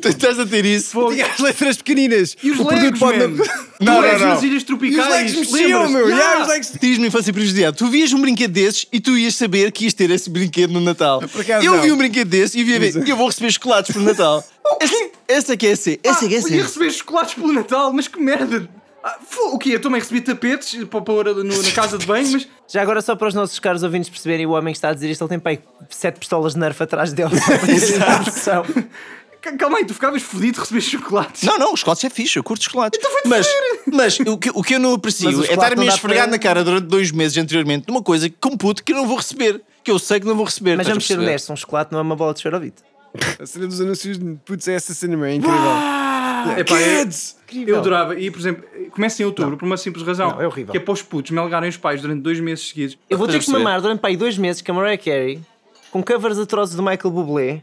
Speaker 3: tu estás a ter isso.
Speaker 5: Tinha as letras pequeninas.
Speaker 4: E os
Speaker 5: O
Speaker 4: legos,
Speaker 5: produto pode
Speaker 4: mano?
Speaker 3: Não,
Speaker 4: Tu
Speaker 3: não,
Speaker 4: és
Speaker 3: não.
Speaker 4: nas Ilhas
Speaker 5: E os
Speaker 4: Tropicais.
Speaker 5: legos mexiam,
Speaker 4: lembras-te?
Speaker 5: meu.
Speaker 4: Yeah.
Speaker 5: Yeah, os legos-
Speaker 3: Diz-me infância privilegiada. Tu vias um brinquedo desses e tu ias saber que ias ter esse brinquedo no Natal.
Speaker 5: acaso
Speaker 3: eu
Speaker 5: não.
Speaker 3: vi um brinquedo desse e vi a
Speaker 1: é.
Speaker 3: ver. Eu vou receber chocolates por Natal. Essa- Essa que é ser. Essa que é
Speaker 4: Eu ia
Speaker 3: ser.
Speaker 4: receber chocolates pelo Natal, mas que merda! Ah, fo- o quê? Eu também recebi tapetes para pôr no- na casa de banho, mas
Speaker 1: Já agora, só para os nossos caros ouvintes perceberem, o homem que está a dizer isto, ele tem pai sete pistolas de nerf atrás dele. é Só para terem noção.
Speaker 4: c- calma aí, tu ficavas fodido de receber chocolates.
Speaker 3: Não, não, os chocolates é fixe, eu curto chocolates.
Speaker 1: Então
Speaker 3: mas mas o, que, o que eu não
Speaker 1: Mas o
Speaker 3: aprecio é
Speaker 1: chocolate
Speaker 3: estar-me
Speaker 1: não
Speaker 3: a
Speaker 1: dá
Speaker 3: esfregar
Speaker 1: para-
Speaker 3: na cara durante dois meses anteriormente numa coisa que computo que eu não vou receber. Que eu sei que não vou receber.
Speaker 1: Mas
Speaker 3: estás a
Speaker 1: vamos ser
Speaker 3: perceber?
Speaker 1: honestos, um chocolate não é uma bola de chorovito.
Speaker 5: A cena dos anúncios de putz é essa cinema, é incrível. Ah,
Speaker 4: Epá, é-
Speaker 5: Kids!
Speaker 4: eu adorava. E, por exemplo, começa em outubro por uma simples razão.
Speaker 1: Não, é horrível.
Speaker 4: Que é para os putos melgarem os pais durante dois meses seguidos.
Speaker 1: Eu vou ter
Speaker 3: Estás a
Speaker 1: que mamar durante pai dois meses com a Mariah Carey, com covers atrozes do Michael Bublé,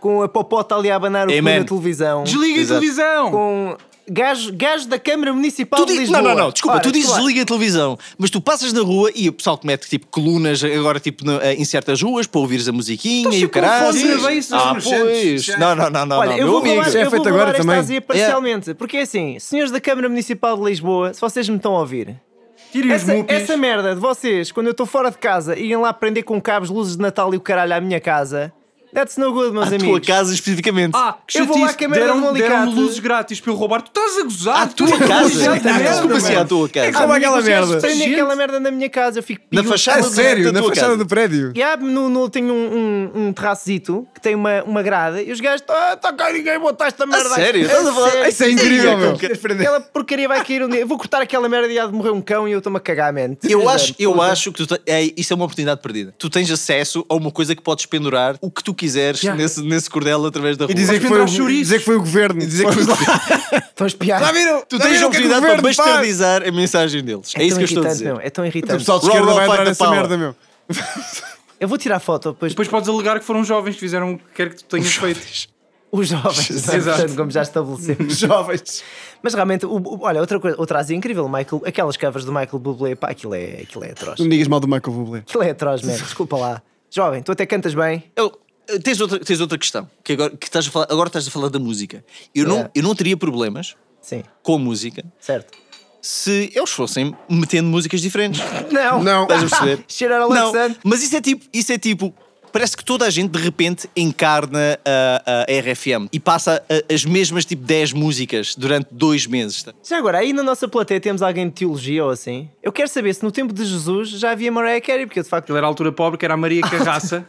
Speaker 1: com a popota ali a abanar o cu
Speaker 3: Amen.
Speaker 1: na televisão,
Speaker 4: Desliga a
Speaker 3: Exato.
Speaker 4: televisão!
Speaker 1: com gajo, gajo da Câmara Municipal
Speaker 3: Tu
Speaker 1: de
Speaker 3: di-
Speaker 1: Lisboa.
Speaker 3: não, não, não, desculpa,
Speaker 1: Ora,
Speaker 3: tu dizes
Speaker 1: claro.
Speaker 3: liga a televisão, mas tu passas na rua e o pessoal que mete tipo colunas agora tipo na- em certas ruas para ouvires a musiquinha e o
Speaker 4: com
Speaker 3: caralho.
Speaker 4: fome, não é isso,
Speaker 3: Ah,
Speaker 4: nos
Speaker 3: pois.
Speaker 5: já.
Speaker 3: Não, não, não, não,
Speaker 1: Olha,
Speaker 3: não,
Speaker 1: eu
Speaker 3: meu
Speaker 1: vou
Speaker 3: amigo.
Speaker 1: roubar,
Speaker 5: já é
Speaker 1: eu vou
Speaker 5: feito
Speaker 1: roubar
Speaker 5: agora
Speaker 1: esta
Speaker 5: também.
Speaker 1: azia parcialmente, porque é assim, senhores da Câmara Municipal de Lisboa, se vocês me estão a ouvir,
Speaker 4: Tirem os
Speaker 1: essa,
Speaker 4: mupis.
Speaker 1: essa merda de vocês, quando eu estou fora de casa, irem lá prender com cabos luzes de Natal e o caralho à minha casa, that's no good, meus
Speaker 3: À tua
Speaker 1: amigos.
Speaker 3: casa especificamente.
Speaker 4: Ah, que
Speaker 1: Eu vou lá
Speaker 4: chatice.
Speaker 1: com a merda
Speaker 4: Deram-
Speaker 1: do Alicate.
Speaker 4: Deram-me luzes grátis para eu roubar. Tu estás a gozar?
Speaker 3: à
Speaker 4: Tu
Speaker 3: tua
Speaker 4: estás a
Speaker 3: casa.
Speaker 4: gozar da merda,
Speaker 3: Desculpa se é à
Speaker 4: mano.
Speaker 3: tua casa.
Speaker 5: como aquela
Speaker 1: Os gajos
Speaker 5: merda.
Speaker 1: prendem
Speaker 4: Gente.
Speaker 1: aquela merda na minha casa, eu fico
Speaker 3: Na
Speaker 1: piúdo.
Speaker 3: fachada
Speaker 5: A
Speaker 3: da-
Speaker 5: sério,
Speaker 3: da
Speaker 5: na
Speaker 3: tua
Speaker 5: fachada
Speaker 3: casa.
Speaker 5: do prédio.
Speaker 1: E há, no, no, tem um, um, um terracito que tem uma, uma grade e os gajos, ah, tá cá ninguém botar esta merda aqui."
Speaker 3: sério? Estás a falar-
Speaker 1: sério.
Speaker 5: Isso é incrível, meu.
Speaker 1: Aquela porcaria vai cair um dia. Eu vou cortar aquela merda e há de morrer um cão e eu estou-me a cagar, man.
Speaker 3: Eu acho, eu acho que tu te- é, isso é uma oportunidade perdida. Tu tens acesso a uma coisa que podes pendurar o que tu quiseres
Speaker 4: Yeah.
Speaker 3: nesse, nesse cordel através da rua.
Speaker 5: E dizer
Speaker 4: Mas
Speaker 5: que, foi o,
Speaker 4: pendurar chouriços.
Speaker 5: dizer que foi o governo. Dizer
Speaker 3: que foi o
Speaker 1: Estão a espiar.
Speaker 5: Já viram?
Speaker 3: tu tens
Speaker 5: Já
Speaker 3: a
Speaker 5: viram o que é que o
Speaker 3: oportunidade para
Speaker 5: governo faz?
Speaker 3: bastardizar a mensagem deles. É,
Speaker 1: tão
Speaker 3: isso que eu estou a
Speaker 1: irritante,
Speaker 3: dizer. Então,
Speaker 1: meu, É tão
Speaker 5: O
Speaker 1: irritante.
Speaker 5: pessoal de esquerda
Speaker 3: Roll
Speaker 5: vai
Speaker 3: off
Speaker 5: entrar
Speaker 3: the
Speaker 5: nessa
Speaker 3: power.
Speaker 5: merda, meu.
Speaker 1: Eu vou tirar a foto depois.
Speaker 4: Depois podes alegar que foram jovens que fizeram o que quer que tu tenhas feito.
Speaker 1: Os jovens,
Speaker 4: Exato.
Speaker 1: portanto, como já estabelecemos.
Speaker 5: Jovens.
Speaker 1: Mas realmente, o- o- olha, outra coisa, outra asa incrível, Michael, aquelas covers do Michael Bublé, pá, aquilo é, aquilo é atroz.
Speaker 5: Não me digas mal do Michael Bublé.
Speaker 1: Aquilo é atroz, man. Desculpa lá. Jovem, tu até cantas bem.
Speaker 3: Eu- eu- tens, outra, tens outra questão. Que agora, que estás a falar, agora estás a falar da música. Eu, não,
Speaker 1: Yeah.
Speaker 3: eu não teria problemas
Speaker 1: Sim,
Speaker 3: com a música
Speaker 1: certo.
Speaker 3: se eles fossem metendo músicas diferentes.
Speaker 1: Não.
Speaker 5: Não.
Speaker 3: Estás a perceber?
Speaker 1: Cheirar a
Speaker 3: não,
Speaker 1: Alexandre.
Speaker 3: mas isso é tipo. Isso é tipo Parece que toda a gente de repente encarna a, a RFM e passa a- as mesmas tipo 10 músicas durante dois meses. tá?
Speaker 1: Já agora, aí na nossa plateia temos alguém de teologia ou assim. Eu quero saber se no tempo de Jesus já havia Mariah Carey, porque eu de facto.
Speaker 4: Ele era a altura pobre, que era a Maria Carraça,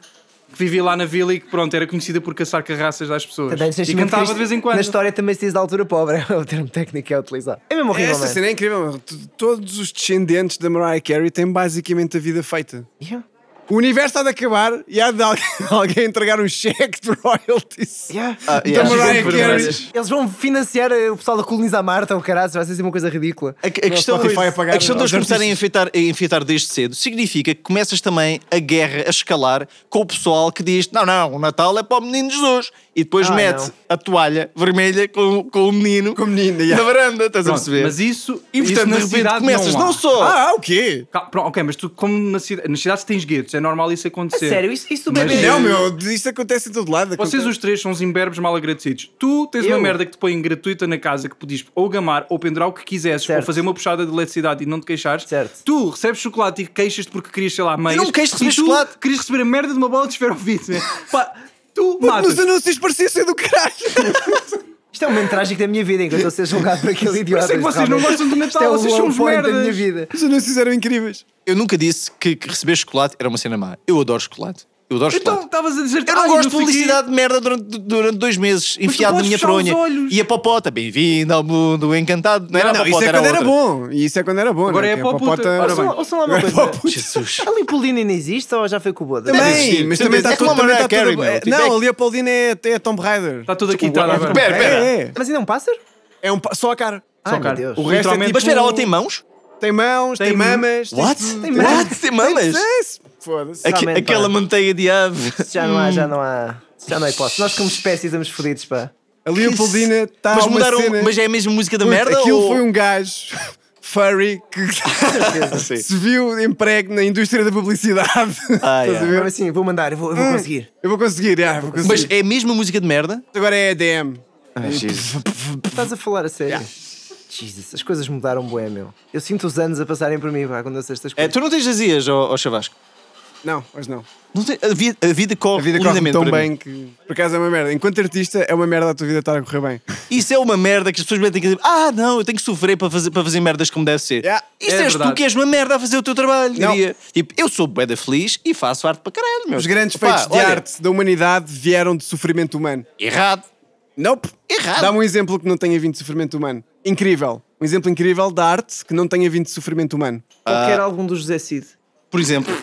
Speaker 4: que vivia lá na vila e que, pronto, era conhecida por caçar carraças às pessoas.
Speaker 1: Antes de
Speaker 4: E
Speaker 1: Nascimento
Speaker 4: cantava
Speaker 1: Cristo,
Speaker 4: de vez em quando.
Speaker 1: Na história também se diz da altura pobre, é o termo técnico que é utilizado. É mesmo horrível,
Speaker 5: Esta
Speaker 1: man.
Speaker 5: cena é incrível. meu. Tu- Todos os descendentes da Mariah Carey têm basicamente a vida feita.
Speaker 1: Yeah.
Speaker 5: O universo há de acabar e há de alguém, alguém entregar um cheque de royalties.
Speaker 1: Yeah. Então,
Speaker 3: Ah,
Speaker 5: Da
Speaker 3: yeah.
Speaker 5: Mariah Carey.
Speaker 4: vermelhas.
Speaker 1: Eles vão financiar eh, o pessoal da colonizar Marte ou caralho, vai ser assim uma coisa ridícula.
Speaker 3: A, a questão, é,
Speaker 5: Spotify a pagar
Speaker 3: a questão de eles
Speaker 5: aos
Speaker 3: começarem a enfeitar, a enfeitar desde cedo significa que começas também a guerra a escalar com o pessoal que diz: não, não, o Natal é para o menino Jesus. E depois
Speaker 1: Ah,
Speaker 3: mete
Speaker 1: não.
Speaker 3: a toalha vermelha com, com o menino
Speaker 5: Com a menina,
Speaker 3: na
Speaker 5: yeah.
Speaker 3: varanda, estás a
Speaker 4: Pronto,
Speaker 3: perceber?
Speaker 4: mas isso,
Speaker 3: e
Speaker 4: isso
Speaker 3: portanto,
Speaker 4: na
Speaker 3: de repente
Speaker 4: cidade
Speaker 3: começas
Speaker 4: não,
Speaker 3: não,
Speaker 4: há.
Speaker 3: só.
Speaker 5: Ah, o quê?
Speaker 4: Cal- pronto, ok, mas tu, como na cidade, nas cidades tens guetos, é normal isso acontecer.
Speaker 1: Sério, isso, isso do
Speaker 4: Mas
Speaker 1: bebê.
Speaker 5: Não, meu, isto acontece em todo lado.
Speaker 3: é-
Speaker 4: Vocês os três são uns imberbes mal agradecidos. Tu tens uma
Speaker 1: Eu?
Speaker 4: merda que te põem gratuita na casa que podias ou gamar ou pendurar o que quisesses
Speaker 1: Certo.
Speaker 4: ou fazer uma puxada de eletricidade e não te queixares.
Speaker 1: Certo.
Speaker 4: Tu recebes chocolate e queixas-te porque querias, sei lá, meias.
Speaker 3: não me queixo de
Speaker 4: e
Speaker 3: receber
Speaker 4: tu
Speaker 3: chocolate.
Speaker 4: Querias receber a merda de uma bola de esferovite. né? Pá, tu
Speaker 5: Mas
Speaker 4: matas.
Speaker 5: nos anúncios parecia ser do caralho.
Speaker 1: Isto é um momento trágico da minha vida enquanto eu estou a ser julgado por aquele idiota.
Speaker 4: Mas é que vocês não
Speaker 1: realmente.
Speaker 4: gostam do
Speaker 1: Isto é
Speaker 4: Natal,
Speaker 1: o
Speaker 4: vocês são
Speaker 1: low
Speaker 4: uns
Speaker 1: point da minha
Speaker 4: merdas.
Speaker 1: vida.
Speaker 5: Os anúncios eram incríveis.
Speaker 3: Eu nunca disse que, que receber chocolate era uma cena má. Eu adoro chocolate. Eu adoro
Speaker 4: Então,
Speaker 3: chocolate.
Speaker 4: estavas a dizer
Speaker 3: Eu não
Speaker 4: "Ai,
Speaker 3: gosto de
Speaker 4: fiquei-
Speaker 3: publicidade de merda durante, durante dois meses, enfiado na
Speaker 4: podes
Speaker 3: minha
Speaker 4: fechar os
Speaker 3: fronha.
Speaker 4: olhos.
Speaker 3: E a popota, bem-vindo ao mundo encantado. Não era a
Speaker 5: Não,
Speaker 3: popota,
Speaker 5: isso é
Speaker 3: era
Speaker 5: quando
Speaker 3: outra.
Speaker 5: era bom. E isso é quando era bom.
Speaker 4: Agora
Speaker 5: não
Speaker 4: é
Speaker 5: Que
Speaker 4: para o puta.
Speaker 5: popota-
Speaker 4: Ora bem.
Speaker 1: Ouçam ouçam lá uma
Speaker 5: Agora é
Speaker 1: coisa.
Speaker 5: para o puta.
Speaker 3: Jesus.
Speaker 1: A Lipolina ainda existe ou já foi com o Boda?
Speaker 5: Também,
Speaker 3: Deve existir, também
Speaker 5: mas também está
Speaker 3: existe. É
Speaker 5: tudo.
Speaker 3: como a
Speaker 5: também está
Speaker 3: Mariah Carey,
Speaker 5: tudo-
Speaker 3: meu,
Speaker 5: é-
Speaker 3: tipo, é
Speaker 5: Não,
Speaker 3: que-
Speaker 5: ali a Paulina é é Tomb Raider.
Speaker 4: Está toda quitada agora.
Speaker 3: Pera, pera.
Speaker 5: É, é.
Speaker 1: Mas ainda é um pássaro?
Speaker 5: É um, pa- só a cara.
Speaker 1: Ai,
Speaker 4: cara,
Speaker 1: meu Deus.
Speaker 5: O resto é
Speaker 4: Literalmente.
Speaker 5: tipo,
Speaker 3: Mas espera, ela tem mãos?
Speaker 5: tem mãos, tem,
Speaker 4: Tem-
Speaker 5: mamas. tem tudo.
Speaker 3: Tem mamas? What? Tem mamas?
Speaker 5: Yes. Foda-se.
Speaker 3: Aque-
Speaker 1: Realmente,
Speaker 3: aquela
Speaker 1: pá.
Speaker 3: manteiga de ave.
Speaker 1: Isso Já não há, já não há. isso Já não há hipótese. Nós, como espécie, estamos fodidos, pá.
Speaker 5: A Leopoldina está
Speaker 3: mas
Speaker 5: uma
Speaker 3: mudaram,
Speaker 5: cena.
Speaker 3: mas é a mesma música da
Speaker 5: Puta,
Speaker 3: merda?
Speaker 5: Aquilo um
Speaker 3: ou-
Speaker 5: foi um gajo. furry que
Speaker 3: Sim.
Speaker 5: se viu emprego na indústria da publicidade.
Speaker 3: Ah,
Speaker 5: Estás a
Speaker 3: yeah.
Speaker 5: ver?
Speaker 1: Agora sim, assim, vou mandar, eu vou,
Speaker 5: Hum.
Speaker 1: eu vou conseguir.
Speaker 5: Eu vou conseguir, ah, vou conseguir.
Speaker 3: Mas é mesmo a música de merda?
Speaker 5: agora é DM.
Speaker 3: Ah, Jesus.
Speaker 1: Estás a falar a sério? Jesus, as coisas mudaram bué, meu. Eu sinto os anos a passarem por mim, pá, quando eu sei estas
Speaker 3: É,
Speaker 1: coisas.
Speaker 3: tu não tens jazias, ó ó Chavasco?
Speaker 5: Não, mas não.
Speaker 3: Não tem- a, vida, a vida corre
Speaker 5: A vida corre
Speaker 3: lindamente
Speaker 5: tão
Speaker 3: para mim.
Speaker 5: bem que. Por acaso é uma merda. Enquanto artista, é uma merda a tua vida estar a correr bem.
Speaker 3: Isso é uma merda que as pessoas metem que dizer, ah, não, eu tenho que sofrer para fazer, para fazer merdas como deve ser.
Speaker 5: Yeah,
Speaker 3: Isso
Speaker 4: é
Speaker 3: és
Speaker 4: verdade.
Speaker 3: tu que és uma merda a fazer o teu trabalho.
Speaker 5: Não.
Speaker 3: Diria. Tipo, eu sou boeda feliz e faço arte para caralho, meu.
Speaker 5: Os grandes
Speaker 3: Opa,
Speaker 5: feitos de
Speaker 3: olha,
Speaker 5: arte da humanidade vieram de sofrimento humano.
Speaker 3: Errado.
Speaker 5: Nope.
Speaker 3: Errado.
Speaker 5: Dá-me um exemplo que não tenha vindo de sofrimento humano. Incrível. Um exemplo incrível da arte que não tenha vindo de sofrimento humano.
Speaker 1: Qualquer algum do José Cid.
Speaker 3: Por exemplo,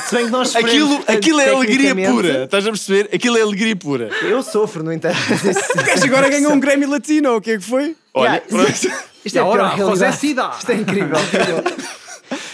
Speaker 3: olha,
Speaker 1: Se bem que nós sofremos,
Speaker 3: aquilo,
Speaker 1: portanto,
Speaker 3: aquilo é alegria
Speaker 1: tecnicamente,
Speaker 3: pura. Estás a perceber? Aquilo é alegria pura.
Speaker 1: Eu sofro, no entanto.
Speaker 3: Então
Speaker 5: O gajo agora ganhou um Grammy Latino, o que é que foi?
Speaker 3: Olha,
Speaker 1: Yeah,
Speaker 3: pronto.
Speaker 1: Isto é a
Speaker 4: Ora,
Speaker 1: pior
Speaker 4: José
Speaker 1: realidade.
Speaker 4: Cida!
Speaker 1: Isto é incrível.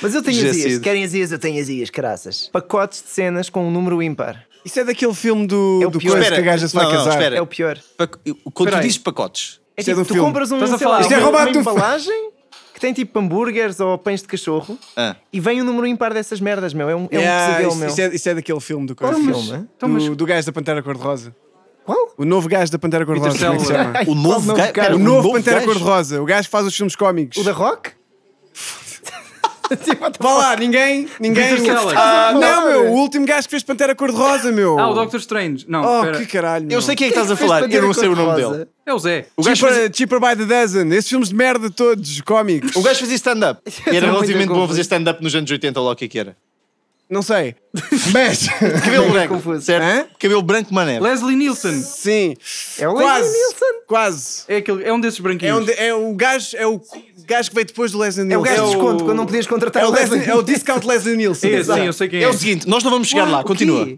Speaker 1: Mas eu tenho
Speaker 3: José
Speaker 1: azias. Se
Speaker 3: Cid.
Speaker 1: querem azias, eu tenho azias, caraças. Pacotes de cenas com um número ímpar.
Speaker 5: Isso é daquele filme do,
Speaker 1: É o
Speaker 5: do
Speaker 1: pior.
Speaker 5: coisa
Speaker 3: Espera.
Speaker 5: que a gaja se vai
Speaker 3: Não, não,
Speaker 5: casar.
Speaker 3: espera.
Speaker 1: É o pior.
Speaker 3: Pac- Quando tu
Speaker 4: Peraí.
Speaker 3: dizes pacotes,
Speaker 1: É
Speaker 5: Isto é
Speaker 1: tipo,
Speaker 5: de um
Speaker 1: tu
Speaker 5: filme.
Speaker 1: compras um,
Speaker 4: Estás a
Speaker 1: sei lá,
Speaker 4: falar- Isto
Speaker 5: é
Speaker 1: uma-
Speaker 5: roubado
Speaker 1: uma
Speaker 5: do-
Speaker 1: embalagem que tem tipo hambúrgueres ou pães de cachorro
Speaker 3: Ah.
Speaker 1: e vem um número ímpar dessas merdas, meu. É um, é um
Speaker 5: Yeah,
Speaker 1: pesadelo,
Speaker 5: isso,
Speaker 1: meu.
Speaker 5: isso é, isso é daquele filme do
Speaker 1: Qual
Speaker 5: coisa.
Speaker 1: filme? é?
Speaker 4: Então, mas-
Speaker 5: Do, do gajo da Pantera Cor-de-Rosa.
Speaker 1: Qual?
Speaker 5: O novo gajo da Pantera Cor-de-Rosa.
Speaker 4: Peter
Speaker 5: como é que se
Speaker 4: Sellers.
Speaker 5: chama?
Speaker 3: O novo
Speaker 1: Qual
Speaker 3: gajo-
Speaker 1: cara?
Speaker 5: O
Speaker 3: O
Speaker 5: novo
Speaker 3: novo
Speaker 5: Pantera
Speaker 3: gajo?
Speaker 5: Cor-de-rosa. O gajo que faz os filmes cómicos.
Speaker 1: O da Rock?
Speaker 5: Vá lá, ninguém. Ninguém.
Speaker 4: Peter Sellers.
Speaker 5: Ah, não,
Speaker 1: Falar.
Speaker 5: meu. O último gajo que fez Pantera Cor-de-rosa, meu.
Speaker 4: Ah, o Doctor Strange. Não,
Speaker 5: Oh,
Speaker 4: espera.
Speaker 5: que caralho.
Speaker 3: Eu sei quem é que estás a falar, eu não sei o nome dele.
Speaker 4: É o Zé.
Speaker 3: O gajo,
Speaker 5: Cheaper,
Speaker 3: fazia,
Speaker 5: Cheaper by the Dozen. Esses filmes de merda todos, cómicos.
Speaker 3: o gajo fazia stand-up. E era
Speaker 1: muito
Speaker 3: relativamente bom a
Speaker 1: confuso.
Speaker 3: fazer stand-up nos anos 80, ou lá o que é que era.
Speaker 5: Não sei. Mas.
Speaker 3: Cabelo branco,
Speaker 1: confuso.
Speaker 3: certo?
Speaker 5: Hã?
Speaker 3: Cabelo branco mané.
Speaker 4: Leslie Nielsen.
Speaker 5: Sim.
Speaker 1: É o
Speaker 5: Quase.
Speaker 1: Leslie Nielsen.
Speaker 5: Quase.
Speaker 4: É, aquele, é um desses branquinhos.
Speaker 5: É, onde, é o gajo. É o gajo que veio depois do Leslie
Speaker 1: É
Speaker 5: Nielsen.
Speaker 1: o gajo de desconto, quando não podias contratar
Speaker 5: É o,
Speaker 1: o Leslie.
Speaker 5: Leslie- é o discount Leslie Nielsen.
Speaker 4: É, sim, eu sei quem é.
Speaker 3: É o seguinte, nós não vamos chegar lá,
Speaker 1: O quê?
Speaker 3: continua.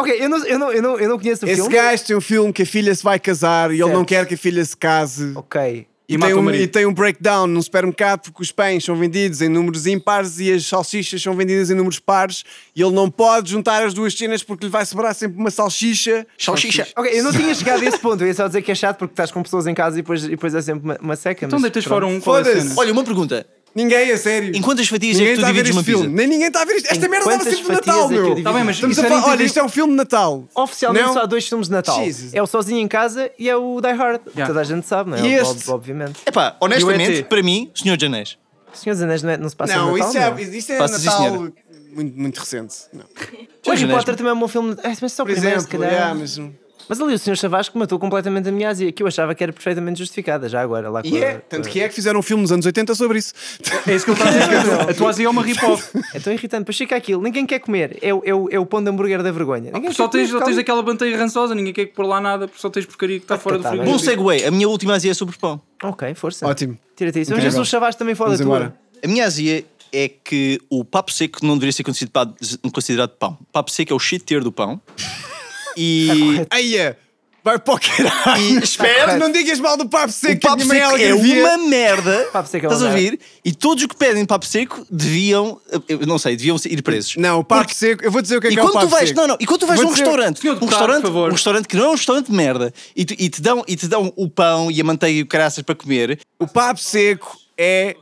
Speaker 1: Ok, eu não, eu não, eu não, eu não conheço o
Speaker 5: Esse
Speaker 1: filme.
Speaker 5: gajo tem um filme que a filha se vai casar e ele
Speaker 1: Certo.
Speaker 5: não quer que a filha se case.
Speaker 1: Ok.
Speaker 5: E,
Speaker 4: E
Speaker 5: tem
Speaker 4: mata o
Speaker 5: um,
Speaker 4: marido.
Speaker 5: e tem um breakdown num supermercado porque os pães são vendidos em números impares e as salsichas são vendidas em números pares e ele não pode juntar as duas cenas porque lhe vai sobrar sempre uma salsicha.
Speaker 3: Salsicha.
Speaker 1: Ok, eu não tinha chegado a esse ponto, eu ia só dizer que é chato porque estás com pessoas em casa e depois, e depois é sempre uma, uma seca.
Speaker 4: Então
Speaker 1: mas
Speaker 4: deitas
Speaker 1: pronto.
Speaker 4: fora um qual é a
Speaker 5: Foda-se.
Speaker 4: cena?
Speaker 3: Olha, uma pergunta.
Speaker 5: Ninguém, a sério.
Speaker 3: Em quantas fatias
Speaker 5: ninguém
Speaker 3: é que tu
Speaker 5: está a ver
Speaker 3: divides
Speaker 5: este
Speaker 3: uma
Speaker 5: filme.
Speaker 3: pizza?
Speaker 5: Nem ninguém está a ver isto. Esta
Speaker 1: Em
Speaker 5: merda dava
Speaker 1: quantas
Speaker 5: sempre de Natal,
Speaker 1: fatias é que eu
Speaker 5: meu.
Speaker 1: divido?
Speaker 4: Tá bem, mas
Speaker 5: Estamos
Speaker 4: isso
Speaker 5: a
Speaker 4: era
Speaker 5: falar- Olha,
Speaker 4: intervi-
Speaker 5: isto é um filme de Natal.
Speaker 1: Oficialmente
Speaker 5: Não?
Speaker 1: só há dois filmes de Natal.
Speaker 5: Jesus.
Speaker 1: É o Sozinho em Casa e é o Die Hard. Toda a gente sabe, não é?
Speaker 5: E
Speaker 1: Ob-
Speaker 5: este?
Speaker 1: Obviamente.
Speaker 3: Epá, honestamente,
Speaker 4: E o ET?
Speaker 3: para mim, Senhor dos Anéis.
Speaker 1: Senhor dos Anéis não, é- não se passa
Speaker 5: Não,
Speaker 1: em Natal,
Speaker 5: isso é,
Speaker 1: não?
Speaker 5: isso é
Speaker 3: Faça sim,
Speaker 5: Natal
Speaker 3: senhora.
Speaker 5: muito, muito recente. Não.
Speaker 1: O Harry
Speaker 3: Senhor dos Anéis,
Speaker 1: Potter também é um bom filme. É, mas só o
Speaker 5: Por
Speaker 1: primeiro, se
Speaker 5: exemplo,
Speaker 1: calhar.
Speaker 5: yeah, mas... E
Speaker 1: Mas ali o Senhor Chavasco matou completamente a minha azia, que eu achava que era perfeitamente justificada, já agora. Lá com a-
Speaker 5: é, tanto que é que fizeram um filme nos anos 80 sobre isso.
Speaker 4: É isso que ele está a dizer. que A tua azia é uma rip-off.
Speaker 1: É tão irritante. Depois fica aquilo. Ninguém quer comer. É o, é o, é o pão de hambúrguer da vergonha. Ninguém
Speaker 4: Só
Speaker 1: quer
Speaker 4: tens,
Speaker 1: comer,
Speaker 4: só tens
Speaker 1: calma.
Speaker 4: aquela bandeira rançosa, ninguém quer pôr lá nada, porque só tens porcaria que está fora do
Speaker 1: tá bem.
Speaker 3: Bom
Speaker 4: frigorífico.
Speaker 3: segue, a minha última azia é sobre pão.
Speaker 1: Ok, força.
Speaker 5: Ótimo.
Speaker 1: Tira-te isso. Mas
Speaker 5: Incrível.
Speaker 1: Jesus Chavasco também fala
Speaker 5: Vamos
Speaker 1: da tua.
Speaker 5: embora.
Speaker 3: A minha azia é que o papo seco não deveria ser considerado, considerado pão. Papo seco é o shitteiro do pão.
Speaker 5: Tá
Speaker 3: E.
Speaker 5: Aia, vai para o caralho.
Speaker 3: e espera,
Speaker 5: Não digas mal do papo
Speaker 3: O
Speaker 5: seco, que a
Speaker 3: papo
Speaker 5: minha mãe
Speaker 3: seco é
Speaker 5: algarvia.
Speaker 3: uma merda.
Speaker 1: Papo seco é uma
Speaker 3: Estás a
Speaker 1: merda.
Speaker 3: ouvir? E todos os que pedem papo seco deviam, eu não sei, deviam ir presos.
Speaker 5: Não, o papo
Speaker 3: Porque-
Speaker 5: seco, eu vou dizer o que é
Speaker 3: E
Speaker 5: que é o
Speaker 3: quando
Speaker 5: papo
Speaker 3: tu vais,
Speaker 5: seco.
Speaker 3: não, não, e quando tu vais
Speaker 5: Vou
Speaker 3: num
Speaker 5: dizer-
Speaker 3: restaurante,
Speaker 4: Senhor
Speaker 3: um
Speaker 4: deputado,
Speaker 3: restaurante,
Speaker 4: por favor.
Speaker 3: um restaurante que não é um restaurante de merda, e, tu- e te dão, e te dão o pão e a manteiga e o caraças para comer,
Speaker 5: O papo seco é,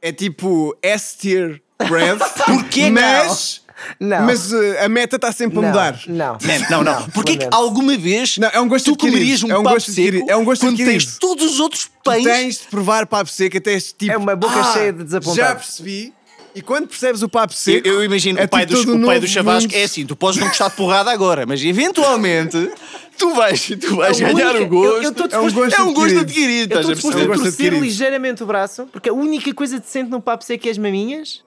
Speaker 5: é tipo S-tier bread.
Speaker 3: Porquê não?
Speaker 5: mas,
Speaker 1: Não.
Speaker 5: Mas eh, a meta está sempre a
Speaker 1: não,
Speaker 5: mudar.
Speaker 1: Não.
Speaker 3: Man, não, não. Porquê que
Speaker 1: lamento.
Speaker 3: alguma vez
Speaker 5: Não, é um gosto
Speaker 3: tu
Speaker 5: adquirido.
Speaker 3: comerias um
Speaker 5: É um
Speaker 3: papo
Speaker 5: gosto
Speaker 3: seco
Speaker 5: adquirido. É um gosto
Speaker 3: quando
Speaker 5: adquirido.
Speaker 3: tens todos os outros pães?
Speaker 5: Tens de provar papo seco até este tipo.
Speaker 1: É uma boca
Speaker 5: "Ah,
Speaker 1: cheia de desapontados."
Speaker 5: Já percebi. E quando percebes o papo
Speaker 3: Eu,
Speaker 5: seco.
Speaker 3: eu imagino
Speaker 5: é
Speaker 3: o pai,
Speaker 5: tipo
Speaker 3: dos,
Speaker 5: todo um
Speaker 3: o pai do
Speaker 5: novo
Speaker 3: Chavasco
Speaker 5: mundo.
Speaker 3: é assim: tu podes não gostar de porrada agora, mas eventualmente tu vais, tu vais
Speaker 1: A
Speaker 3: ganhar
Speaker 1: única-
Speaker 3: o gosto.
Speaker 1: eu- eu tô
Speaker 5: É um
Speaker 1: disposto-
Speaker 5: gosto
Speaker 3: é um gosto
Speaker 5: adquirido.
Speaker 3: adquirido,
Speaker 1: Eu
Speaker 3: estás a
Speaker 1: estou disposto a
Speaker 3: perceber?
Speaker 5: Eu É um gosto
Speaker 1: torcer
Speaker 5: adquirido.
Speaker 1: ligeiramente o braço, porque a única coisa decente no papo seco é as maminhas.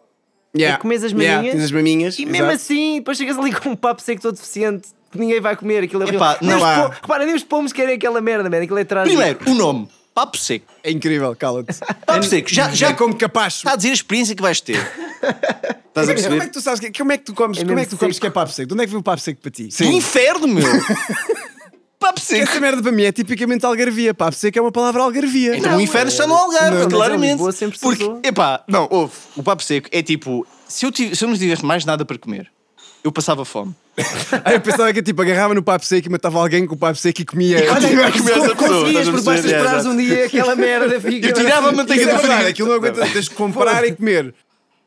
Speaker 5: Yeah.
Speaker 1: É comer as
Speaker 5: Yeah,
Speaker 1: maminhas.
Speaker 5: tens as maminhas.
Speaker 1: E mesmo
Speaker 5: exato.
Speaker 1: assim, depois chegas ali com um papo seco todo deficiente, que ninguém vai comer. Aquilo é
Speaker 3: Epá,
Speaker 1: horrível. nem
Speaker 3: não
Speaker 1: os
Speaker 5: há.
Speaker 1: po- Repara, nem os pomos querem aquela merda, man. Aquilo é trágico.
Speaker 3: Primeiro, o nome: Papo Seco.
Speaker 5: É incrível, cala-te. É
Speaker 3: Papo Seco, já, já
Speaker 5: Já como capacho.
Speaker 3: está a dizer a experiência que vais ter. Estás a
Speaker 5: Como é
Speaker 3: perceber?
Speaker 5: que tu sabes que, como é que tu comes,
Speaker 1: É
Speaker 5: como é que
Speaker 1: mesmo
Speaker 5: tu comes
Speaker 1: seco.
Speaker 5: que é papo seco? De onde é que vem o papo seco para ti?
Speaker 3: Do Um inferno, meu! Papo Seco.
Speaker 5: Essa merda para mim é tipicamente algarvia. Papo seco é uma palavra algarvia.
Speaker 3: Então o inferno está no Algarve,
Speaker 1: não, mas em
Speaker 3: claramente.
Speaker 1: Lisboa sempre se
Speaker 3: porque,
Speaker 1: usou.
Speaker 3: epá, não, ouve, o papo seco é tipo, se eu, tive- se eu não tivesse mais nada para comer, eu passava fome.
Speaker 5: Aí eu pensava que tipo, agarrava no papo seco e matava alguém com o papo seco e comia.
Speaker 3: Vai comer essa pessoa,
Speaker 1: Conseguias,
Speaker 3: estás
Speaker 1: porque vais
Speaker 3: a perceber? É,
Speaker 1: esperar
Speaker 3: exato.
Speaker 1: um dia aquela merda fica.
Speaker 3: Eu tirava a
Speaker 5: Isso
Speaker 3: manteiga
Speaker 5: é
Speaker 3: do
Speaker 5: verdade,
Speaker 3: frigorífico.
Speaker 5: aquilo não aguenta, tens de comprar e comer.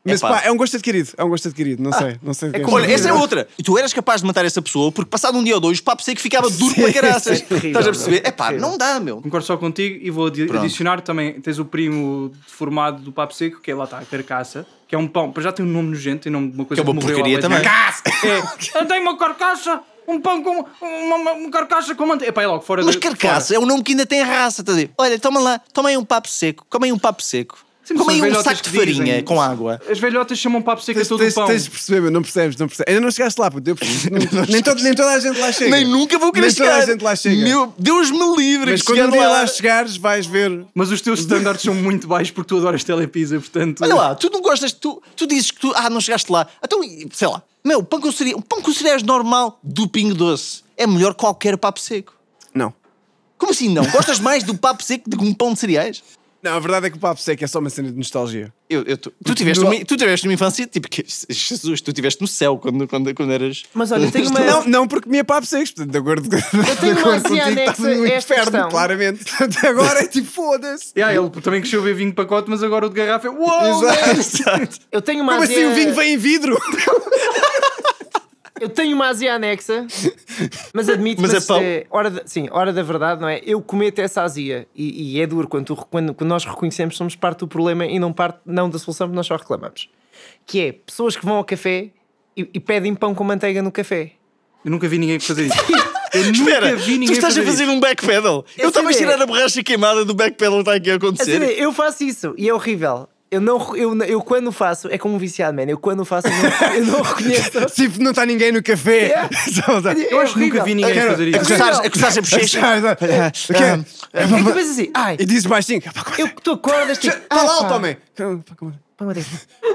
Speaker 5: Mas
Speaker 3: Epá.
Speaker 5: pá, é um gosto adquirido, é um gosto adquirido, não sei, não sei. o que
Speaker 3: Olha, essa é outra. E tu eras capaz de matar essa pessoa porque passado um dia ou dois o papo seco ficava duro para caraças. Estás a perceber? É pá, não dá, meu.
Speaker 4: Concordo só contigo e vou adi-
Speaker 3: Pronto.
Speaker 4: adicionar também. Tens o primo formado do Papo Seco, que é lá está, a carcaça, que é um pão, para já tem um nome nojento, tem nome de uma coisa
Speaker 3: Que é uma
Speaker 4: morreu há
Speaker 3: porcaria
Speaker 4: bué de
Speaker 3: também.
Speaker 4: tempo. É, eu tenho uma carcaça, um pão com. uma, uma- uma carcaça com manteiga. Epá, é logo fora
Speaker 3: Mas
Speaker 4: da-
Speaker 3: carcaça é um nome que ainda tem raça. Estás a dizer? Olha, toma lá, toma aí um papo seco, come aí um papo seco.
Speaker 4: Sim, mas
Speaker 3: come aí
Speaker 4: são as
Speaker 3: um
Speaker 4: velhotas
Speaker 3: saco
Speaker 4: que
Speaker 3: de farinha
Speaker 4: dizem.
Speaker 3: com água.
Speaker 4: fora. As velhotas chamam Papo Seco a
Speaker 5: Tens,
Speaker 3: um
Speaker 4: todo o
Speaker 5: tens,
Speaker 4: pão.
Speaker 5: tens de perceber, meu, não percebes, não percebes. Ainda não chegaste lá, puto. eu perce- não- nem, todo- nem toda a gente lá chega.
Speaker 3: Nem nunca vou querer
Speaker 5: Nem toda
Speaker 3: chegar.
Speaker 5: a gente lá chega.
Speaker 3: Meu Deus me livre.
Speaker 5: Mas
Speaker 3: que
Speaker 5: quando
Speaker 3: chegar
Speaker 5: um dia lá chegares, vais ver.
Speaker 4: Mas os teus standards são muito baixos porque tu adoras telepizza, portanto.
Speaker 3: Olha lá, tu não gostas, tu, tu dizes que tu, ah, não chegaste lá. Então, e- sei lá, meu, pão com cereais, um pão com cereais normal do Pingo Doce é melhor que qualquer papo seco.
Speaker 5: Não.
Speaker 3: Como assim não? Gostas mais do papo seco do que um pão de cereais?
Speaker 5: Não, a verdade é que o papo seco é só uma cena de nostalgia.
Speaker 3: Eu, eu tu, tu, tiveste uma, tu tiveste uma infância tipo que, Jesus, tu tiveste no céu quando, quando, quando eras.
Speaker 1: Mas olha, tenho uma-
Speaker 5: Não, não porque comia papo secos, portanto, de acordo, eu
Speaker 1: tenho
Speaker 5: de
Speaker 1: uma
Speaker 5: acordo
Speaker 1: ansiedade anexa
Speaker 5: contigo,
Speaker 1: a
Speaker 5: estás no
Speaker 1: esta
Speaker 5: inferno,
Speaker 1: questão.
Speaker 5: claramente. Portanto, agora é tipo, foda-se.
Speaker 4: Yeah, ele também cresceu a ver vinho de pacote, mas agora o de garrafa é. Uou!
Speaker 5: Exato.
Speaker 1: Eu tenho uma
Speaker 5: Como assim
Speaker 1: azia-
Speaker 5: o vinho vem em vidro?
Speaker 1: Eu tenho uma azia anexa, mas admito
Speaker 3: Mas
Speaker 1: mas
Speaker 3: é pau.
Speaker 1: hora da- sim, hora da verdade, não é? Eu cometo essa azia e, e é duro quando, tu re- quando- quando nós reconhecemos que somos parte do problema e não parte não da solução, porque nós só reclamamos. Que é pessoas que vão ao café e, e pedem pão com manteiga no café.
Speaker 4: Eu nunca vi ninguém fazer isso. Eu nunca
Speaker 3: Espera,
Speaker 4: vi ninguém
Speaker 3: tu estás
Speaker 4: fazer
Speaker 3: a fazer
Speaker 4: isso.
Speaker 3: um backpedal.
Speaker 1: Eu
Speaker 3: Eu estava a
Speaker 1: sei bem.
Speaker 3: tirar a borracha queimada do backpedal está aqui a
Speaker 1: A
Speaker 3: acontecer.
Speaker 1: sério, eu faço isso e é horrível. Eu, não, re- eu, eu quando faço, é como um viciado, man. Eu quando faço, eu não, eu não reconheço.
Speaker 5: Tipo, não está ninguém no café.
Speaker 1: Yeah.
Speaker 5: Só- só-
Speaker 4: Eu acho que
Speaker 1: horrível.
Speaker 4: nunca vi ninguém
Speaker 5: Quero-
Speaker 4: fazer
Speaker 5: é
Speaker 4: isso.
Speaker 3: A coçar- a coçar a bochecha.
Speaker 5: É
Speaker 1: É que tu pensas assim, ai,
Speaker 5: E dizes baixinho. "Pá, como é que-
Speaker 1: eu que tu acordas, tipo,
Speaker 5: Fala
Speaker 1: ah,
Speaker 5: alto,
Speaker 1: pá,
Speaker 5: homem. Pá, como é que-
Speaker 1: pá, Maria.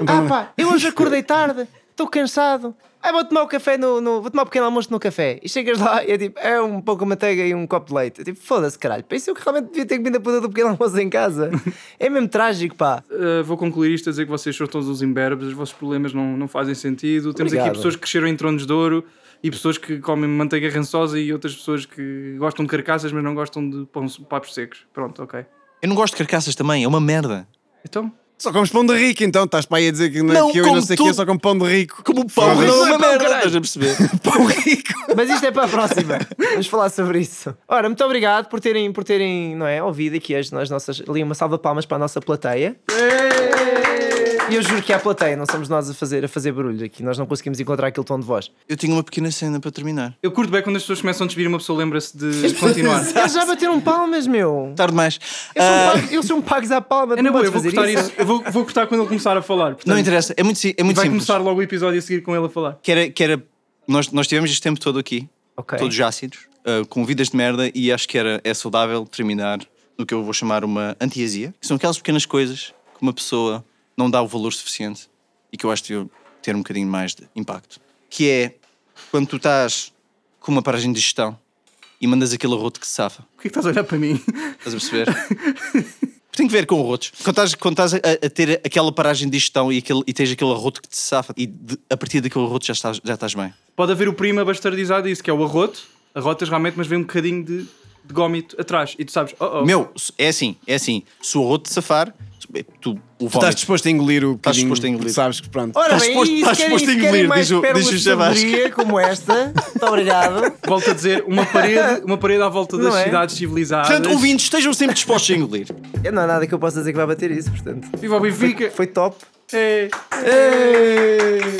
Speaker 1: Ah pá, eu hoje acordei tarde, estou cansado. Ah, vou tomar o café no, no- Vou tomar um pequeno almoço no café. E chegas lá e é tipo, é um pouco de manteiga e um copo de leite. Eu, tipo, foda-se, caralho. Pensei que realmente devia ter comido a puta do pequeno almoço em casa. É mesmo trágico, pá.
Speaker 4: Uh, vou concluir isto a dizer que vocês são todos uns imberbes, os vossos problemas não, não fazem sentido. Temos
Speaker 1: Obrigado.
Speaker 4: aqui pessoas que cresceram em tronos de ouro e pessoas que comem manteiga rançosa e outras pessoas que gostam de carcaças, mas não gostam de pão, papos secos. Pronto, ok.
Speaker 3: Eu não gosto de carcaças também, é uma merda.
Speaker 4: Então,
Speaker 5: Só comes pão de rico, então. Estás para aí a dizer que,
Speaker 3: Não,
Speaker 5: que eu e não
Speaker 3: como
Speaker 5: sei o
Speaker 3: tu-
Speaker 5: que, só como pão de rico.
Speaker 3: Como o pão,
Speaker 5: Pão
Speaker 3: não é uma
Speaker 1: rico, pão,
Speaker 3: merda,
Speaker 1: caralho.
Speaker 3: estás a perceber?
Speaker 5: Pão rico.
Speaker 1: Mas isto é para a próxima. Vamos falar sobre isso. Ora, muito obrigado por terem, por terem não é, ouvido aqui hoje nas nossas. Ali uma salva de palmas para a nossa plateia. E eu juro que é a plateia, não somos nós a fazer, a fazer barulho aqui. Nós não conseguimos encontrar aquele tom de voz.
Speaker 3: Eu tinha uma pequena cena para terminar.
Speaker 4: eu curto bem quando as pessoas começam a desvir e uma pessoa lembra-se de continuar.
Speaker 1: Eles já bateram palmas, meu.
Speaker 3: Tarde demais.
Speaker 1: Eles
Speaker 3: Ah,
Speaker 1: são, pagos, eles são pagos à palma.
Speaker 4: É
Speaker 1: tu não
Speaker 4: na boa, eu
Speaker 1: podes
Speaker 4: vou
Speaker 1: fazer
Speaker 4: cortar
Speaker 1: isso.
Speaker 4: isso. Eu vou, vou cortar quando ele começar a falar. portanto,
Speaker 3: não interessa, é muito, si- é muito
Speaker 4: Vai
Speaker 3: simples.
Speaker 4: começar logo o episódio a seguir com ele a falar.
Speaker 3: Que era, que era- nós, nós tivemos este tempo todo aqui,
Speaker 1: Ok.
Speaker 3: todos jácidos, ah, com vidas de merda, e acho que era, é saudável terminar no que eu vou chamar uma antiasia, que são aquelas pequenas coisas que uma pessoa não dá o valor suficiente e que eu acho que devia ter um bocadinho mais de impacto. Que é quando tu estás com uma paragem de gestão e mandas aquele arroto que se safa.
Speaker 4: Porquê que estás a olhar para mim?
Speaker 3: Estás a perceber? Tem que ver com rotos. Quando estás, quando estás a, a ter aquela paragem de gestão e, aquele, e tens aquele roto que te safa, e de- a partir daquele roto já estás, já estás bem.
Speaker 4: Pode haver o primo abastardizado isso, que é o arroto. Arrotas realmente, mas vem um bocadinho de, de gómito atrás. E tu sabes, oh oh.
Speaker 3: Meu, é assim, é assim. Se o roto te safar, tu o
Speaker 5: Estás
Speaker 3: vómito.
Speaker 5: disposto a engolir o
Speaker 3: Estás
Speaker 5: bocadinho
Speaker 3: disposto a engolir.
Speaker 5: que Sabes que pronto.
Speaker 1: Ora
Speaker 3: Estás
Speaker 1: bem,
Speaker 3: disposto-
Speaker 1: e se
Speaker 3: estás
Speaker 1: querem-
Speaker 3: disposto a
Speaker 1: se querem
Speaker 3: engolir,
Speaker 1: mais
Speaker 3: diz o-
Speaker 1: pérolas
Speaker 3: diz o
Speaker 1: de
Speaker 3: Chavasca.
Speaker 1: sabedoria como esta, muito obrigado.
Speaker 4: Volto a dizer, uma parede, uma parede à volta das
Speaker 1: Não é?
Speaker 4: cidades civilizadas.
Speaker 3: Portanto, ouvintes, estejam sempre dispostos a engolir.
Speaker 1: Não há nada que eu possa dizer que vai bater isso, portanto.
Speaker 4: é. Viva o Benfica!
Speaker 1: Foi top.
Speaker 4: É.
Speaker 5: Ei!